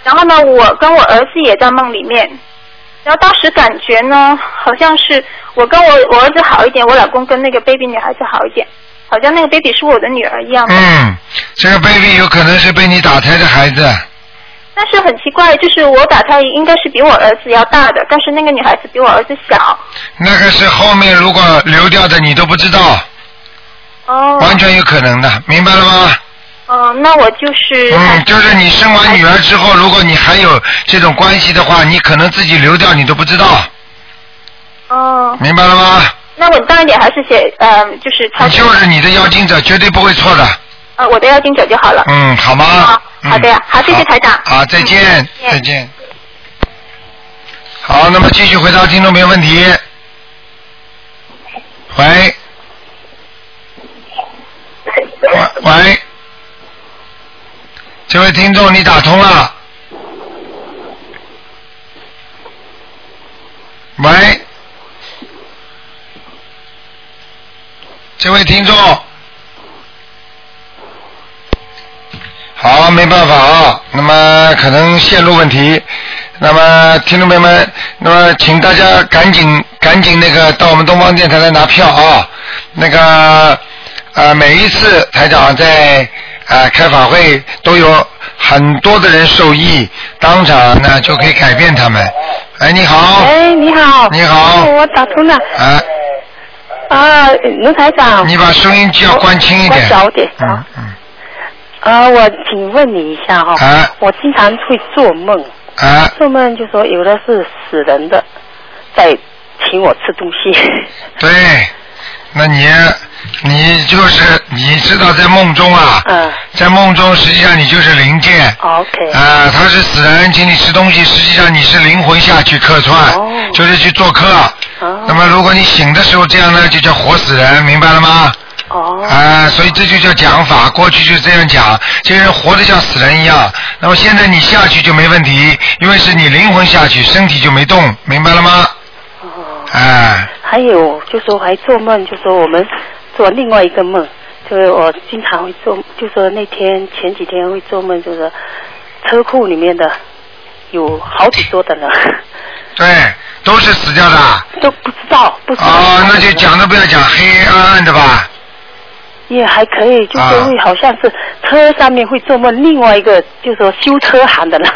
[SPEAKER 12] 然后呢，我跟我儿子也在梦里面，然后当时感觉呢，好像是我跟我我儿子好一点，我老公跟那个 baby 女孩子好一点，好像那个 baby 是我的女儿一样的。
[SPEAKER 2] 嗯，这个 baby 有可能是被你打胎的孩子，
[SPEAKER 12] 但是很奇怪，就是我打胎应该是比我儿子要大的，但是那个女孩子比我儿子小。
[SPEAKER 2] 那个是后面如果流掉的你都不知道，
[SPEAKER 12] 哦。
[SPEAKER 2] 完全有可能的，明白了吗？
[SPEAKER 12] 哦，那我就是。
[SPEAKER 2] 嗯，就是你生完女儿之后，如果你还有这种关系的话，你可能自己流掉你都不知道，
[SPEAKER 12] 哦。
[SPEAKER 2] 明白了吗？
[SPEAKER 12] 那稳当一点还是写，呃，就是他
[SPEAKER 2] 就是你的邀请者绝对不会错的，
[SPEAKER 12] 呃，我的要经者就好了。
[SPEAKER 2] 嗯，好吗？
[SPEAKER 12] 好
[SPEAKER 2] 嗯
[SPEAKER 12] 好的呀，好，谢谢台长。
[SPEAKER 2] 好，再见，
[SPEAKER 12] 嗯
[SPEAKER 2] 再见。好，那么继续回答听众朋友问题。喂，喂，喂，这位听众你打通了？喂，这位听众，好，没办法啊，那么可能线路问题，那么听众朋友们，那么请大家赶紧赶紧那个到我们东方电台来拿票啊，那个呃每一次台长在呃开法会都有很多的人受益，当场呢就可以改变他们。哎，你好，
[SPEAKER 13] 哎，你好。
[SPEAKER 2] 你好
[SPEAKER 13] 哦我打通了。
[SPEAKER 2] 啊
[SPEAKER 13] 啊，卢台长。
[SPEAKER 2] 你把收音机要关轻一点
[SPEAKER 13] 关小点。
[SPEAKER 2] 嗯
[SPEAKER 13] 啊，我请问你一下哈、哦
[SPEAKER 2] 啊
[SPEAKER 13] 我经常会做梦，
[SPEAKER 2] 啊，
[SPEAKER 13] 做梦就说有的是死人的在请我吃东西，
[SPEAKER 2] 对，那你你就是你知道在梦中啊，在梦中实际上你就是灵界。
[SPEAKER 13] 嗯哦 OK。
[SPEAKER 2] 啊，他是死人请你吃东西，实际上你是灵魂下去客串，
[SPEAKER 13] 哦
[SPEAKER 2] 就是去做客。那么如果你醒的时候这样呢，就叫活死人，明白了吗？
[SPEAKER 13] 哦。
[SPEAKER 2] 啊，所以这就叫讲法，过去就这样讲，这个人活得像死人一样。那么现在你下去就没问题，因为是你灵魂下去，身体就没动，明白了吗？哦。啊。
[SPEAKER 13] 还有就说还做梦，就说我们做另外一个梦，就是我经常会做，就说那天前几天会做梦，就是车库里面的有好几桌的人，
[SPEAKER 2] 对，哎都是死掉的。啊
[SPEAKER 13] 都不知道，不知道。
[SPEAKER 2] 哦，那就讲都不要讲，黑黑暗暗的吧。
[SPEAKER 13] 也还可以，就
[SPEAKER 2] 啊
[SPEAKER 13] 是会好像是车上面会做梦，另外一个就是说修车行的人、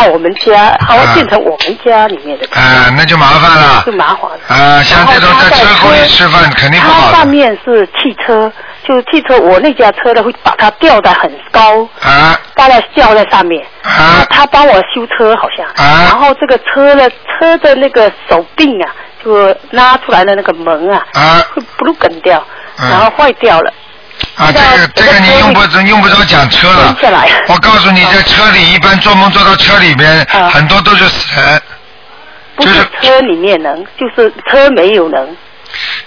[SPEAKER 13] 到我们家，把我变成我们家里面的，
[SPEAKER 2] 啊、那就麻烦了。
[SPEAKER 13] 就麻烦了。
[SPEAKER 2] 啊、像这种在车库里吃饭肯定不
[SPEAKER 13] 它
[SPEAKER 2] 好的。
[SPEAKER 13] 上面是汽车，就是汽车，我那家车呢会把它吊得很高，
[SPEAKER 2] 啊，
[SPEAKER 13] 把它吊在上面。
[SPEAKER 2] 啊，
[SPEAKER 13] 他帮我修车好像，
[SPEAKER 2] 啊，
[SPEAKER 13] 然后这个车的车的那个手柄啊，就拉出来的那个门啊，
[SPEAKER 2] 啊，
[SPEAKER 13] 会不噜梗掉，
[SPEAKER 2] 嗯
[SPEAKER 13] 然后坏掉了。
[SPEAKER 2] 啊，这个这个你用不着用不着讲车了。我告诉你，在车里一般做梦做到车里边，
[SPEAKER 13] 啊
[SPEAKER 2] 很多都是死人。
[SPEAKER 13] 不是车里面人，就是车没有人。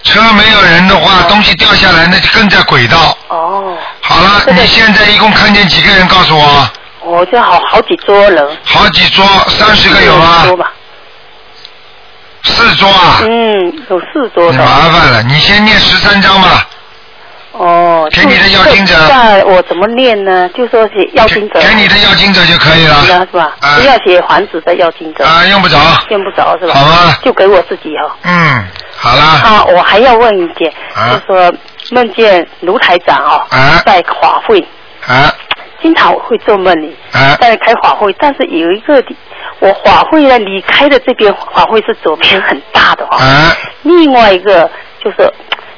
[SPEAKER 2] 车没有人的
[SPEAKER 13] 哦
[SPEAKER 2] 话，东西掉下来那就更在轨道。哦。好了，你现在一共看见几个人？告诉我。
[SPEAKER 13] 我这好好几桌人，
[SPEAKER 2] 好几桌，三十个有吗？
[SPEAKER 13] 桌吧。
[SPEAKER 2] 四桌啊。
[SPEAKER 13] 嗯，有四桌
[SPEAKER 2] 你
[SPEAKER 13] 的。
[SPEAKER 2] 麻烦了，你先念十三章吧。
[SPEAKER 13] 哦，
[SPEAKER 2] 给你的
[SPEAKER 13] 就
[SPEAKER 2] 要经者
[SPEAKER 13] 那我怎么念呢？就说写要经者，
[SPEAKER 2] 给你的要经者就可以了
[SPEAKER 13] 行了是吧？不要写房子的要经者
[SPEAKER 2] 啊，用不着，
[SPEAKER 13] 用不着是吧？
[SPEAKER 2] 好啊
[SPEAKER 13] 就给我自己哦。
[SPEAKER 2] 嗯，好啦。
[SPEAKER 13] 啊，我还要问一件，
[SPEAKER 2] 啊
[SPEAKER 13] 就说梦见卢台长哦，
[SPEAKER 2] 啊
[SPEAKER 13] 在法会，
[SPEAKER 2] 啊
[SPEAKER 13] 经常会做梦里，
[SPEAKER 2] 啊
[SPEAKER 13] 在开法会，但是有一个地我法会呢，离开的这边法会是左边很大的哦，
[SPEAKER 2] 啊
[SPEAKER 13] 另外一个就是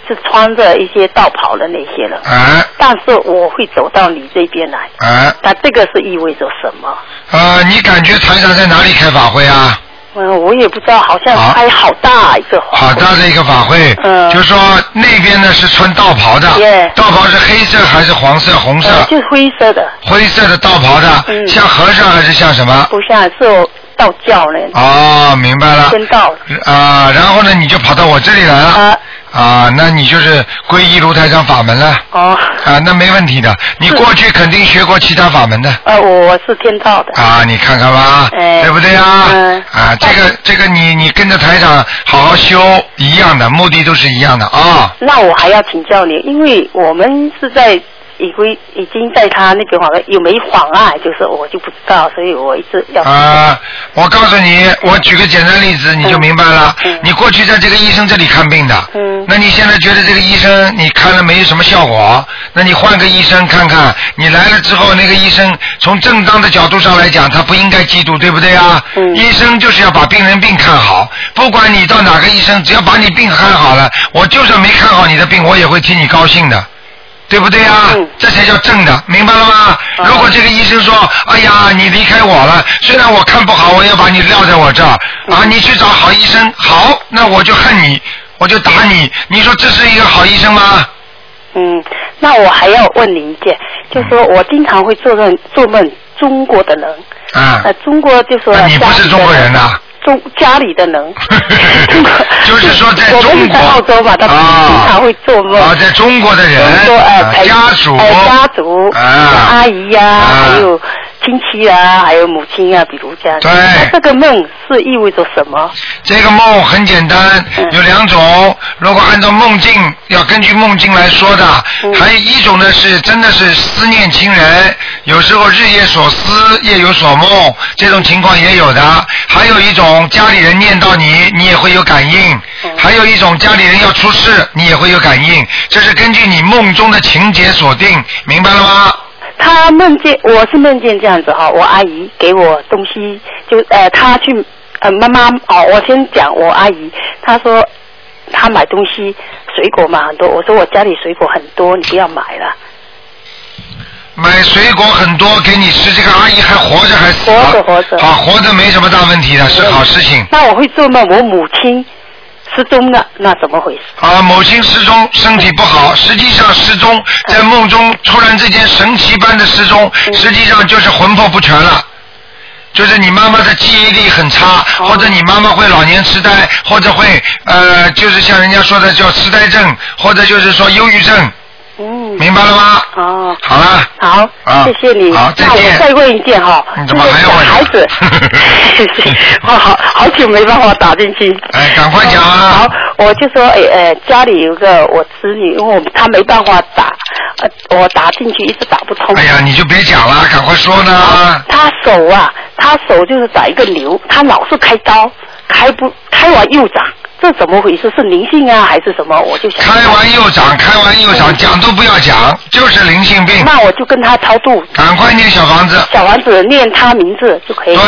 [SPEAKER 13] 是穿着一些道袍的那些人，
[SPEAKER 2] 啊
[SPEAKER 13] 但是我会走到你这边来，
[SPEAKER 2] 啊！
[SPEAKER 13] 那这个是意味着什么？
[SPEAKER 2] 呃，你感觉台长在哪里开法会啊？
[SPEAKER 13] 嗯，我也不知道，好像开好大一个嗯
[SPEAKER 2] 好大的一个法会，就说那边呢是穿道袍的，道袍是黑色还是黄色、红色？
[SPEAKER 13] 呃就是灰色的，
[SPEAKER 2] 灰色的道袍的，像和尚还是像什么？
[SPEAKER 13] 嗯不像是我道教呢，
[SPEAKER 2] 哦，明白了。
[SPEAKER 13] 跟道
[SPEAKER 2] 啊、然后呢，你就跑到我这里来了。啊，那你就是皈依卢台长法门了。
[SPEAKER 13] 哦。
[SPEAKER 2] 啊，那没问题 的。你过去肯定学过其他法门的。
[SPEAKER 13] 呃，我是天道的，
[SPEAKER 2] 啊，你看看吧，
[SPEAKER 13] 哎
[SPEAKER 2] 对不对啊？
[SPEAKER 13] 嗯
[SPEAKER 2] 啊，这个这个你你跟着台长好好修一样的，目的都是一样的啊。
[SPEAKER 13] 那我还要请教你，因为我们是在已归已经在他那边访问，有没访啊？就是我就不知道，所以我一直要
[SPEAKER 2] 啊，我告诉你，我举个简单例子你就明白了。你过去在这个医生这里看病的，那你现在觉得这个医生你看了没什么效果，那你换个医生看看。你来了之后，那个医生从正当的角度上来讲，他不应该嫉妒，对不对啊？医生就是要把病人病看好，不管你到哪个医生，只要把你病看好了，我就算没看好你的病，我也会替你高兴的。对不对啊？这才叫正的，明白了吗？如果这个医生说，哎呀，你离开我了，虽然我看不好，我要把你撂在我这儿啊，你去找好医生，好，那我就恨你，我就打你，你说这是一个好医生吗？
[SPEAKER 13] 嗯，那我还要问你一件，就说我经常会做梦做梦中国的人，
[SPEAKER 2] 啊，
[SPEAKER 13] 呃，中国就说
[SPEAKER 2] 那你不是中国人呐、
[SPEAKER 13] 中家里的人，
[SPEAKER 2] 就是说在
[SPEAKER 13] 我
[SPEAKER 2] 中
[SPEAKER 13] 们是
[SPEAKER 2] 国啊
[SPEAKER 13] 在澳洲吧，他们经常会做梦，
[SPEAKER 2] 啊，在中国的人
[SPEAKER 13] 中国
[SPEAKER 2] 啊
[SPEAKER 13] 呃陪
[SPEAKER 2] 家啊属
[SPEAKER 13] 呃家族阿姨呀、还有亲戚啊，还有母亲啊，比如这样。
[SPEAKER 2] 对
[SPEAKER 13] 那这个梦是意味着什么？嗯
[SPEAKER 2] 这个梦很简单，有两种。如果按照梦境，要根据梦境来说的。
[SPEAKER 13] 嗯
[SPEAKER 2] 还有一种呢是真的是思念情人，有时候日夜所思，夜有所梦，这种情况也有的。还有一种家里人念叨你，你也会有感应；
[SPEAKER 13] 嗯
[SPEAKER 2] 还有一种家里人要出事，你也会有感应。这是根据你梦中的情节锁定，明白了吗？
[SPEAKER 13] 他梦见我是梦见这样子哈、我阿姨给我东西，就呃，她去呃妈妈哦，我先讲我阿姨，她说她买东西水果嘛很多，我说我家里水果很多，你不要买了。
[SPEAKER 2] 买水果很多给你吃，这个阿姨还活着还死了？活着活着。嗯好，活着没什么大问题的，是好事情。
[SPEAKER 13] 那我会做梦，我母亲失踪了，那怎么回事？
[SPEAKER 2] 啊，母亲失踪，身体不好，实际上失踪在梦中突然之间神奇般的失踪，实际上就是魂魄不全了。就是你妈妈的记忆力很差，或者你妈妈会老年痴呆，或者会呃，就是像人家说的叫痴呆症，或者就是说忧郁症。
[SPEAKER 13] 嗯。
[SPEAKER 2] 明白了吗？
[SPEAKER 13] 哦。
[SPEAKER 2] 好了。
[SPEAKER 13] 好，
[SPEAKER 2] 啊
[SPEAKER 13] 谢谢你。
[SPEAKER 2] 好再见
[SPEAKER 13] 那我再问一件哈，
[SPEAKER 2] 你
[SPEAKER 13] 这
[SPEAKER 2] 怎
[SPEAKER 13] 个
[SPEAKER 2] 么还要
[SPEAKER 13] 小
[SPEAKER 2] 问
[SPEAKER 13] 孩子， 我好好久没办法打进去。哦
[SPEAKER 2] 哎，赶快讲啊！
[SPEAKER 13] 好，我就说，哎呃，家里有个我侄女，因为我她没办法打，呃，我打进去一直打不通。哎
[SPEAKER 2] 呀，你就别讲了，赶快说呢。
[SPEAKER 13] 她手啊，她手就是打一个瘤，她老是开刀，开不开完又长，这怎么回事？是灵性啊，还是什么？我就想。
[SPEAKER 2] 开完又长，开完又长，讲都不要讲，就是灵性病。
[SPEAKER 13] 嗯那我就跟她超度。
[SPEAKER 2] 赶快念小房子。
[SPEAKER 13] 小房子念她名字就可以。对。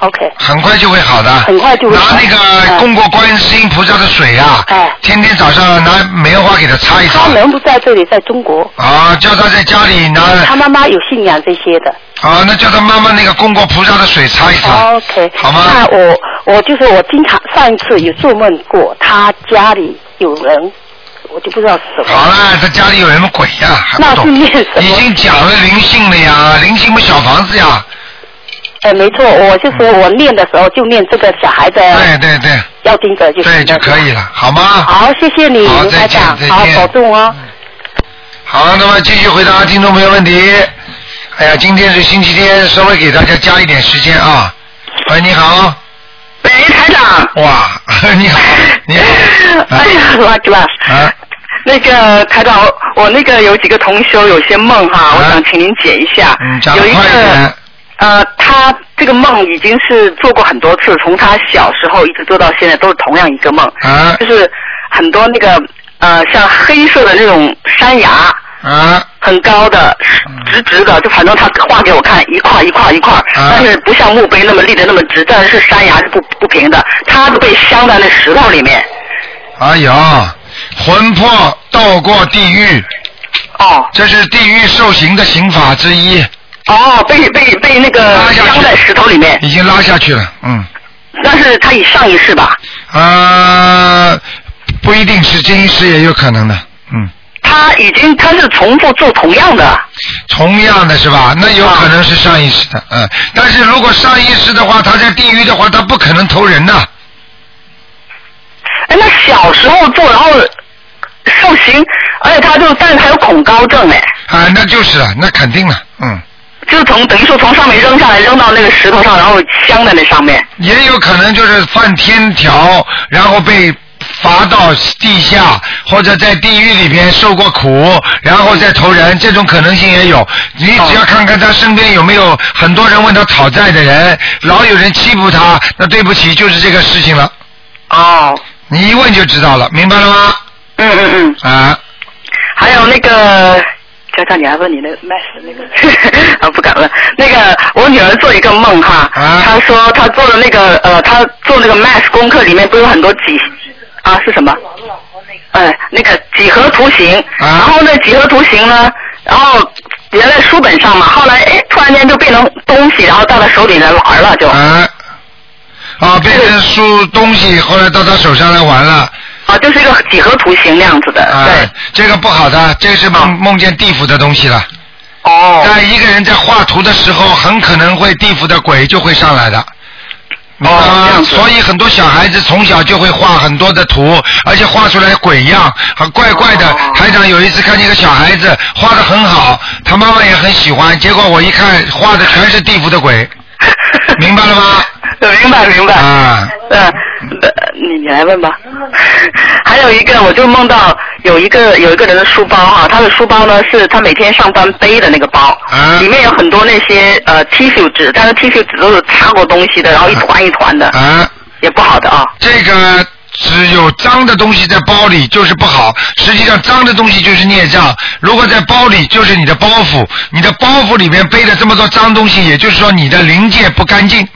[SPEAKER 13] OK。
[SPEAKER 2] 很快就会好的。
[SPEAKER 13] 很快就会好嗯
[SPEAKER 2] 拿那个供过观世音菩萨的水啊，天天早上拿梅花给他擦一
[SPEAKER 13] 她
[SPEAKER 2] 擦。
[SPEAKER 13] 人不在这里，在中国。
[SPEAKER 2] 啊，叫他在家里拿。
[SPEAKER 13] 她妈妈有信仰这些的。
[SPEAKER 2] 啊，那叫他妈妈那个供过菩萨的水擦一
[SPEAKER 13] 哦
[SPEAKER 2] 擦。
[SPEAKER 13] OK，
[SPEAKER 2] 啊好吗？
[SPEAKER 13] 那我我就是我经常上一次有做梦过，他家里有人，我就不知道是什么。
[SPEAKER 2] 好了，他哎家里有什么鬼呀、还不懂？已经讲了灵性了呀，灵性不小房子呀。
[SPEAKER 13] 哎，没错，我就说我念的时候就念这个小孩的
[SPEAKER 2] 对哎对对，
[SPEAKER 13] 要盯着就对就可
[SPEAKER 2] 以了，好吗？
[SPEAKER 13] 好，谢谢你，
[SPEAKER 2] 好
[SPEAKER 13] 卢
[SPEAKER 2] 再
[SPEAKER 13] 台
[SPEAKER 2] 见
[SPEAKER 13] 长
[SPEAKER 2] 再，
[SPEAKER 14] 啊
[SPEAKER 13] 好
[SPEAKER 2] 见
[SPEAKER 13] 保重哦。
[SPEAKER 2] 好，那么继续回答听众朋友问题。哎呀，今天是星期天，稍微给大家加一点时间啊。喂，你好。喂，台长。哇， 你 好，你好。
[SPEAKER 14] 哎呀，lucky 啦！
[SPEAKER 2] 啊
[SPEAKER 14] 那个台长，我我那个有几个同修有些梦哈，我想请您解一下。
[SPEAKER 2] 啊嗯讲得
[SPEAKER 14] 有一
[SPEAKER 2] 快一点
[SPEAKER 14] 个呃，他这个梦已经是做过很多次，从他小时候一直做到现在，都是同样一个梦，
[SPEAKER 2] 啊
[SPEAKER 14] 就是很多那个呃，像黑色的那种山崖，
[SPEAKER 2] 啊嗯
[SPEAKER 14] 很高的，直直的，就反正他画给我看，一块一块一块，
[SPEAKER 2] 啊
[SPEAKER 14] 但是不像墓碑那么立的那么直，但是山崖是不不平的，他都被镶在那石头里面。
[SPEAKER 2] 哎呀，魂魄斗过地狱。
[SPEAKER 14] 哦。
[SPEAKER 2] 这是地狱受刑的刑法之一。
[SPEAKER 14] 哦，被被被那个
[SPEAKER 2] 镶在石
[SPEAKER 14] 头里面。
[SPEAKER 2] 已经拉下去了，嗯。
[SPEAKER 14] 但是他以上一世吧，
[SPEAKER 2] 啊，不一定是这一世也有可能的，嗯。
[SPEAKER 14] 他已经他是重复做同样的。
[SPEAKER 2] 同样的是吧？那有可能是上一
[SPEAKER 14] 啊
[SPEAKER 2] 世的，嗯。但是如果上一世的话，他在地狱的话，他不可能投人呐、
[SPEAKER 14] 哎，那小时候做，然后受刑，而且他就，但是他有恐高症哎，
[SPEAKER 2] 啊，那就是了，那肯定了，嗯。
[SPEAKER 14] 就从等于说从上面扔下来，扔到那个石头上，然后镶在那上面。
[SPEAKER 2] 也有可能就是犯天条，然后被罚到地下，或者在地狱里边受过苦，然后再投人，这种可能性也有。你只要看看他身边有没有很多人问他讨债的人，老有人欺负他，那对不起，就是这个事情了。
[SPEAKER 14] 哦。
[SPEAKER 2] 你一问就知道了，明白了吗？
[SPEAKER 14] 嗯嗯
[SPEAKER 2] 嗯。啊，
[SPEAKER 14] 还有哎那个，佳佳，你还问你那个 m a 那 个，啊不敢问。那个我女儿做一个梦哈，她说她做的那个呃，她做那个 math 功课里面不是有很多几啊是什么？哎、那个啊几何图形，然后那几何图形呢，然后原来书本上嘛，后来哎突然间就变成东西，然后到她手里来玩了就。
[SPEAKER 2] 啊啊，变成输东西，后来到他手上来玩了。
[SPEAKER 14] 啊，就是一个几何图形那样子的。
[SPEAKER 2] 啊，这个不好的，这是梦、梦见地府的东西了。
[SPEAKER 14] 哦。
[SPEAKER 2] 在一个人在画图的时候，很可能会地府的鬼就会上来的。
[SPEAKER 14] 哦
[SPEAKER 2] 啊，所以很多小孩子从小就会画很多的图，而且画出来鬼样，很怪怪
[SPEAKER 14] 哦
[SPEAKER 2] 的。台长有一次看见一个小孩子画的很好，他妈妈也很喜欢，结果我一看画的全是地府的鬼， 明白了吗？
[SPEAKER 14] 明白明白。
[SPEAKER 2] 啊。
[SPEAKER 14] 嗯、呃，你你来问吧。 还有一个，我就梦到有一个有一个人的书包哈、他的书包呢是他每天上班背的那个包，里面有很多那些呃 T 恤纸，但是 T 恤纸都是擦过东西的，然后一团一团的，
[SPEAKER 2] 啊，
[SPEAKER 14] 也不好的啊。
[SPEAKER 2] 这个只有脏的东西在包里就是不好，实际上脏的东西就是孽障。如果在包里，就是你的包袱，你的包袱里面背了这么多脏东西，也就是说你的灵界不干净。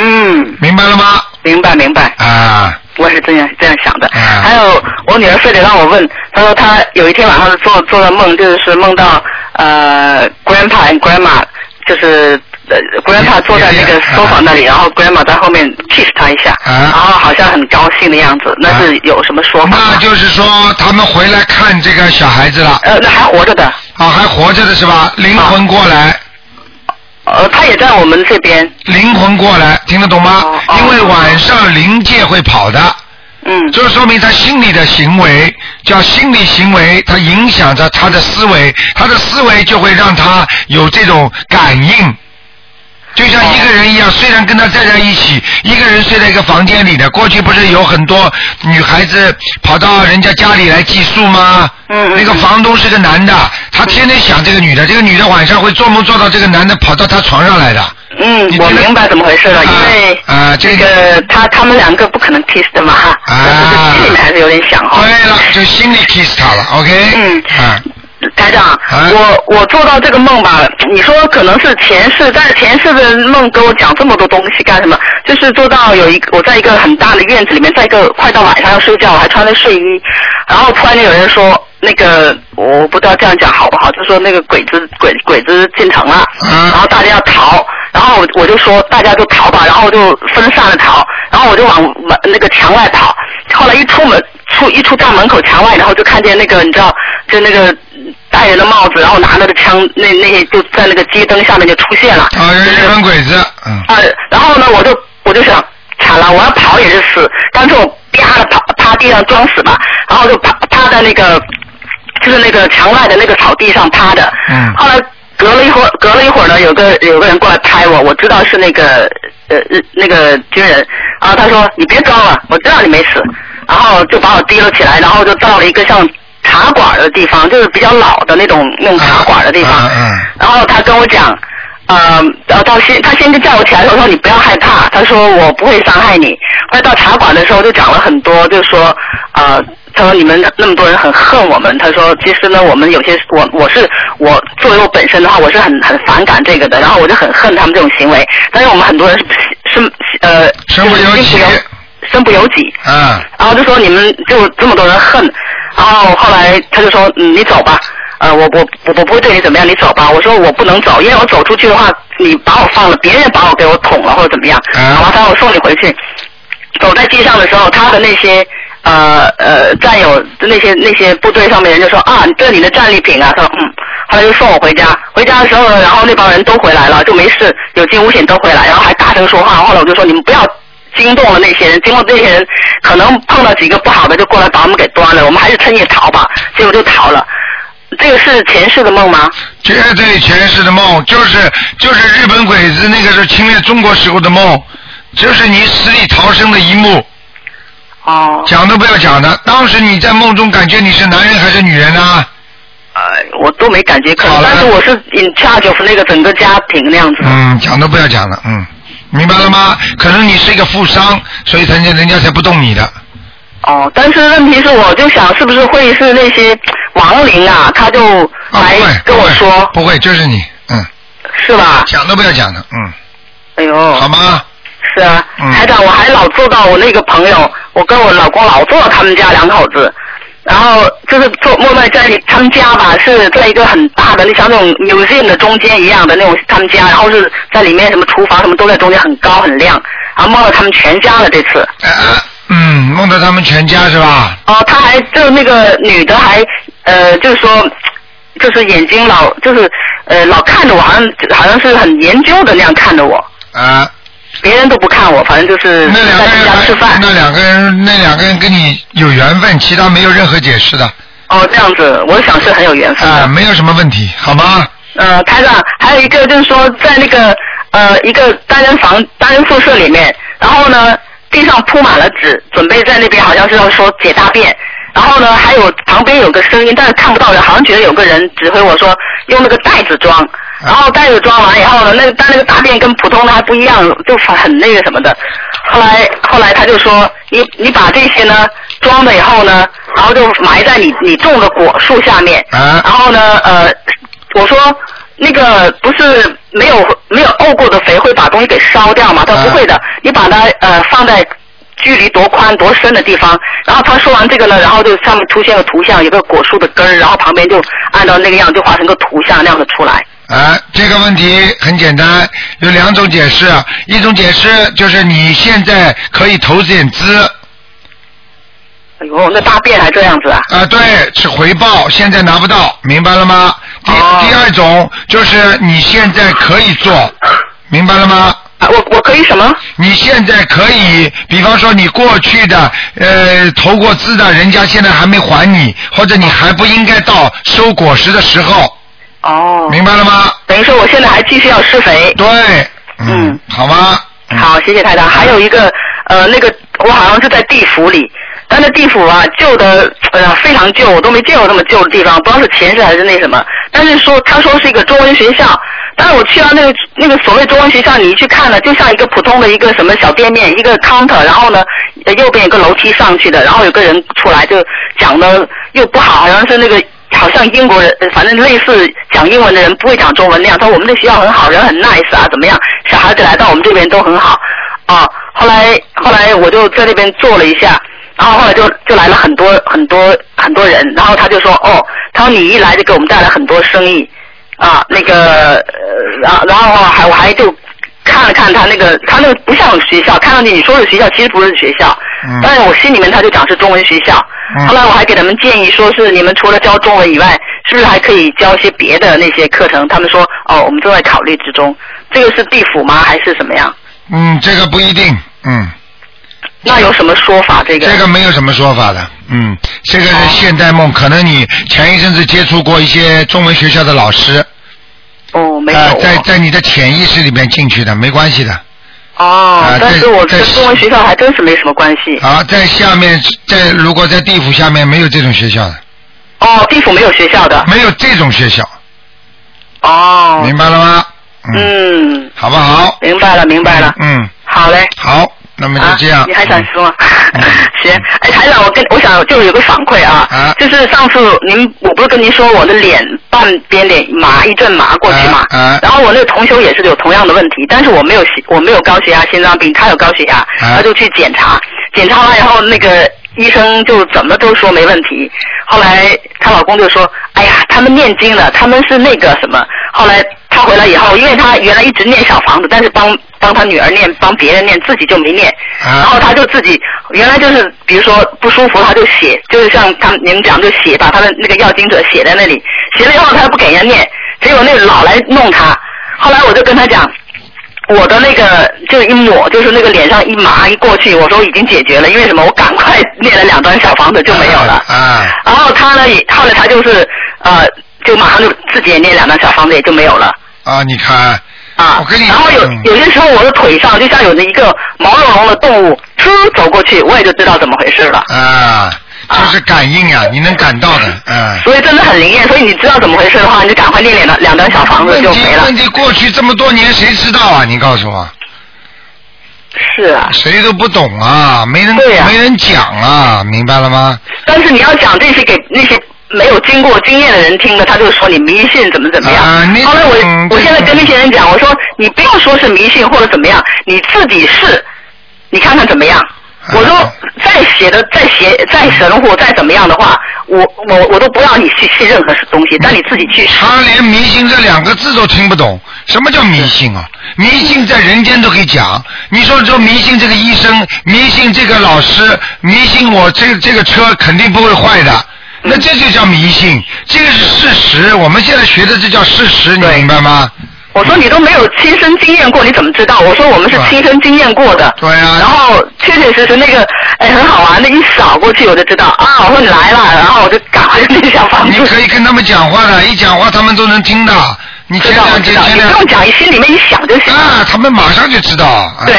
[SPEAKER 14] 嗯，
[SPEAKER 2] 明白了吗？
[SPEAKER 14] 明白明白。
[SPEAKER 2] 啊。
[SPEAKER 14] 我也是这样这样想的。还有我女儿非得让我问，她说她有一天晚上做做的梦，就是梦到呃 grandpa and grandma，就是呃 grandpa 坐在那个 sofa 那里，然后 grandma 在后面 kiss 她一下，
[SPEAKER 2] 啊
[SPEAKER 14] 然后好像很高兴的样子，那是有什么说法？
[SPEAKER 2] 那就是说他们回来看这个小孩子了。
[SPEAKER 14] 呃，那还活着的。
[SPEAKER 2] 啊，还活着的是吧？灵魂过来。
[SPEAKER 14] 呃，他也在我们这边。哦
[SPEAKER 2] 灵魂过来，听得懂吗？因为晚上灵界会跑的。
[SPEAKER 14] 嗯。
[SPEAKER 2] 就说明他心理的行为叫心理行为，它影响着他的思维，他的思维就会让他有这种感应。就像一个人一样，虽然跟他站在一起，一个人睡在一个房间里的。过去不是有很多女孩子跑到人家家里来寄宿吗？嗯那个房东是个男的，他天天想这个女的，这个女的晚上会做梦做到这个男的跑到他床上来的。
[SPEAKER 14] 嗯，我明白怎么回事了，因为
[SPEAKER 2] 啊，
[SPEAKER 14] 这个他他们两个不可能 kiss 的嘛，哈，但是这心里还是有点想哈。
[SPEAKER 2] 对了，就心里 kiss 他了，OK。
[SPEAKER 14] 嗯。
[SPEAKER 2] 啊。
[SPEAKER 14] 台长，我我做到这个梦吧，你说可能是前世，但是前世的梦跟我讲这么多东西干什么？就是做到有一个我在一个很大的院子里面，在一个快到晚上要睡觉，我还穿着睡衣，然后突然间有人说那个我不知道这样讲好不好，就说那个鬼子鬼鬼子进城了，然后大家要逃，然后我我就说大家就逃吧，然后就分散了逃，然后我就往往那个墙外跑，后来一出门出一出大门口墙外，然后就看见那个你知道就那个。戴人的帽子，然后拿着个枪，那那些就在那个街灯下面就出现了。
[SPEAKER 2] 啊，日本鬼子，嗯，
[SPEAKER 14] 啊，然后呢，我就我就想，惨了，我要跑也是死，干脆我啪的趴趴地上装死吧，然后就趴趴在那个就是那个墙外的那个草地上趴着。
[SPEAKER 2] 嗯。
[SPEAKER 14] 后来隔了一会儿，隔了一会儿呢，有个有个人过来拍我，我知道是那个呃日那个军人，然后他说你别装了，我知道你没死，然后就把我提了起来，然后就到了一个像茶馆的地方，就是比较老的那种那种茶馆的地方，然后他跟我讲。呃，然后他先他先就叫我起来的时候说你不要害怕，他说我不会伤害你。后来到茶馆的时候就讲了很多，就说呃，他说你们那么多人很恨我们，他说其实呢我们有些我我是我作为我本身的话我是很很反感这个的，然后我就很恨他们这种行为，但是我们很多人是是呃身不由己，身不由己，
[SPEAKER 2] 嗯，
[SPEAKER 14] 然后就说你们就这么多人恨，然后后来他就说、嗯、你走吧，呃，我我我我不会对你怎么样，你走吧。我说我不能走，因为我走出去的话，你把我放了，别人把我给我捅了或者怎么样，好吧，他让我送你回去。走在街上的时候，他的那些呃呃战友，那些那些部队上面人就说啊，这是你的战利品啊，他说嗯，后来就送我回家。回家的时候呢，然后那帮人都回来了，就没事，有惊无险都回来，然后还大声说话。后来我就说你们不要惊动了那些人，惊动那些人可能碰到几个不好的就过来把我们给端了，我们还是趁夜逃吧。结果就逃了。这个是前世的梦吗？
[SPEAKER 2] 绝对前世的梦，就是就是日本鬼子那个时候侵略中国时候的梦，就是你死里逃生的一幕。
[SPEAKER 14] 哦。
[SPEAKER 2] 讲都不要讲的，当时你在梦中感觉你是男人还是女人啊呢、
[SPEAKER 14] 呃我都没感觉，可能但是我是 in charge of 那个整个家庭那样子。
[SPEAKER 2] 嗯，讲都不要讲了，嗯，明白了吗？可能你是一个富商，所以人家人家才不动你的。
[SPEAKER 14] 哦，但是问题是，我就想是不是会是那些亡灵啊，他就来跟我说，
[SPEAKER 2] 不会，就是你，嗯。
[SPEAKER 14] 是吧？
[SPEAKER 2] 讲都不要讲的，嗯。
[SPEAKER 14] 哎呦。好
[SPEAKER 2] 吗？
[SPEAKER 14] 是啊，台长，我还老做到我那个朋友，我跟我老公老做到他们家两口子，然后就是做默默在他们家吧，是在一个很大的，那像那种 museum 的中间一样的那种他们家，然后是在里面什么厨房什么都在中间，很高很亮，然后梦到他们全家了这次。
[SPEAKER 2] 嗯，梦到他们全家是吧？
[SPEAKER 14] 哦，他还就那个女的还呃，就是说，就是眼睛老就是呃老看着我，好像好像是很研究的那样看着我。
[SPEAKER 2] 啊。
[SPEAKER 14] 别人都不看我，反正就是
[SPEAKER 2] 那两
[SPEAKER 14] 在
[SPEAKER 2] 个
[SPEAKER 14] 他们家吃饭
[SPEAKER 2] 人，。那两个人，那两个人跟你有缘分，其他没有任何解释的。
[SPEAKER 14] 哦，这样子，我想是很有缘分的。
[SPEAKER 2] 啊，没有什么问题，好吗？
[SPEAKER 14] 呃，台长，还有一个就是说，在那个呃一个单人房、单人宿舍里面，然后呢，地上铺满了纸，准备在那边好像是要说解大便，然后呢，还有旁边有个声音，但是看不到人，好像觉得有个人指挥我说用那个袋子装，然后袋子装完以后呢，那个但那个大便跟普通的还不一样，就很那个什么的。后来后来他就说，你你把这些呢装了以后呢，然后就埋在你你种的果树下面，
[SPEAKER 2] 然
[SPEAKER 14] 后呢呃，我说那个不是没有没有沤过的肥会把东西给烧掉
[SPEAKER 2] 嗯
[SPEAKER 14] 吗？他说不会的，你把它呃放在距离多宽多深的地方。然后他说完这个呢，然后就上面出现了图像，有个果树的根儿，然后旁边就按照那个样就画成个图像那样子出来。
[SPEAKER 2] 啊，这个问题很简单，有两种解释，一种解释就是你现在可以投资点资。
[SPEAKER 14] 哎呦，那大便还这样子啊？
[SPEAKER 2] 啊，对，是回报，现在拿不到，明白了吗？第、
[SPEAKER 14] 哦
[SPEAKER 2] 第二种就是你现在可以做，明白了吗？
[SPEAKER 14] 啊，我我可以什么？
[SPEAKER 2] 你现在可以，比方说你过去的呃投过资的，人家现在还没还你，或者你还不应该到收果实的时候。
[SPEAKER 14] 哦。
[SPEAKER 2] 明白了吗？
[SPEAKER 14] 等于说我现在还继续要施肥。
[SPEAKER 2] 对。嗯。好吗？
[SPEAKER 14] 好，谢谢台长。还有一个，呃，那个我好像是在地府里，但那地府啊，旧的，哎、呀，非常旧，我都没见过那么旧的地方，不知道是前世还是那什么。但是说他说是一个中文学校，但是我去到那个那个所谓中文学校，你一去看呢，就像一个普通的一个什么小店面，一个 counter，然后呢，呃右边有个楼梯上去的，然后有个人出来就讲的又不好，好像是那个。好像英国人，呃反正类似讲英文的人不会讲中文那样。他说我们的学校很好，人很 nice 啊，怎么样？小孩子来到我们这边都很好啊。后来后来我就在那边坐了一下，然后后来就就来了很多很多很多人，然后他就说哦，他说你一来就给我们带来很多生意啊，那个呃然后然后还我还就看了看他那个，他那个不像学校，看上去你说是学校，其实不是学校。
[SPEAKER 2] 嗯
[SPEAKER 14] 但是我心里面他就讲是中文学校。
[SPEAKER 2] 嗯
[SPEAKER 14] 后来我还给他们建议，说是你们除了教中文以外，是不是还可以教一些别的那些课程？他们说哦，我们正在考虑之中，这个是地府吗？还是什么样？
[SPEAKER 2] 嗯，这个不一定，嗯。
[SPEAKER 14] 那有什么说法？这个哦
[SPEAKER 2] 这个没有什么说法的，嗯，这个是现代梦，可能你前一阵子接触过一些中文学校的老师。
[SPEAKER 14] 哦，没有
[SPEAKER 2] 啊、在在你的潜意识里面进去的，没关系的。
[SPEAKER 14] 哦，
[SPEAKER 2] 啊
[SPEAKER 14] 但
[SPEAKER 2] 在
[SPEAKER 14] 是我
[SPEAKER 2] 在
[SPEAKER 14] 跟中文学校还真是没什么关系。
[SPEAKER 2] 啊，在下面，在如果在地府下面没有这种学校的。
[SPEAKER 14] 哦，地府没有学校的。
[SPEAKER 2] 没有这种学校。
[SPEAKER 14] 哦。
[SPEAKER 2] 明白了吗？
[SPEAKER 14] 嗯，
[SPEAKER 2] 好不好？
[SPEAKER 14] 明白了，明白了。
[SPEAKER 2] 嗯，
[SPEAKER 14] 好嘞。
[SPEAKER 2] 好，那么就这样。
[SPEAKER 14] 啊
[SPEAKER 2] 嗯
[SPEAKER 14] 你还想说？行，哎，台长，我跟我想就是有个反馈啊，就是上次您我不是跟您说我的脸半边脸麻一阵麻过去嘛，然后我那个同修也是有同样的问题，但是我没有血我没有高血压心脏病，他有高血压，他就去检查，检查完以后那个医生就怎么都说没问题，后来她老公就说，哎呀，他们念经了，他们是那个什么，后来她回来以后，因为她原来一直念小房子，但是帮帮她女儿念，帮别人念，自己就没念，
[SPEAKER 2] 啊
[SPEAKER 14] 然后她就自己原来就是比如说不舒服，她就写，就是像他们您讲就写，把他的那个要经者写在那里，写了以后她又不给人家念，结果那个老来弄她，后来我就跟她讲。我的那个就是一抹，就是那个脸上一麻一过去，我说已经解决了，因为什么？我赶快念了两张小房子就没有了。
[SPEAKER 2] 啊。
[SPEAKER 14] 然后他呢，也后来他就是呃，就马上就自己也念两张小房子也就没有了。
[SPEAKER 2] 啊，你看，
[SPEAKER 14] 啊，然后有有些时候我的腿上就像有那一个毛茸茸的动物，嗖走过去，我也就知道怎么回事了。
[SPEAKER 2] 啊，就是感应呀、你能感到的，嗯。
[SPEAKER 14] 啊所以真的很灵验，所以你知道怎么回事的话，你就赶快念两张两张小房子
[SPEAKER 2] 问
[SPEAKER 14] 就
[SPEAKER 2] 题
[SPEAKER 14] 没了。
[SPEAKER 2] 问题过去这么多年谁知道啊？你告诉我。
[SPEAKER 14] 是啊。
[SPEAKER 2] 谁都不懂啊，没人、没人讲啊，明白了吗？
[SPEAKER 14] 但是你要讲这些给那些没有经过经验的人听的，他就说你迷信怎么怎么样。后来我我现在跟那些人讲，我说你不要说是迷信或者怎么样，你自己试，你看看怎么样。我说再写的再写再神乎再怎么样的话，我我我都不让你去信任何东西，但你自己去试。
[SPEAKER 2] 他连迷信这两个字都听不懂，什么叫迷信啊？迷信在人间都可以讲，你说说迷信这个医生，迷信这个老师，迷信我这这个车肯定不会坏的，
[SPEAKER 14] 嗯
[SPEAKER 2] 那这就叫迷信，这个是事实。我们现在学的这叫事实，你明白吗？
[SPEAKER 14] 我说你都没有亲身经验过，你怎么知道？我说我们是亲身经验过的。
[SPEAKER 2] 对啊。
[SPEAKER 14] 然后确确实实那个，哎，很好玩，那一扫过去我就知道啊，我说你来了，然后我就赶快那小房
[SPEAKER 2] 你可以跟他们讲话的，一讲话他们都能听的。你前两天
[SPEAKER 14] 知道
[SPEAKER 2] 前两
[SPEAKER 14] 你不用讲你心里面一想就行
[SPEAKER 2] 啊，他们马上就知道。啊
[SPEAKER 14] 对，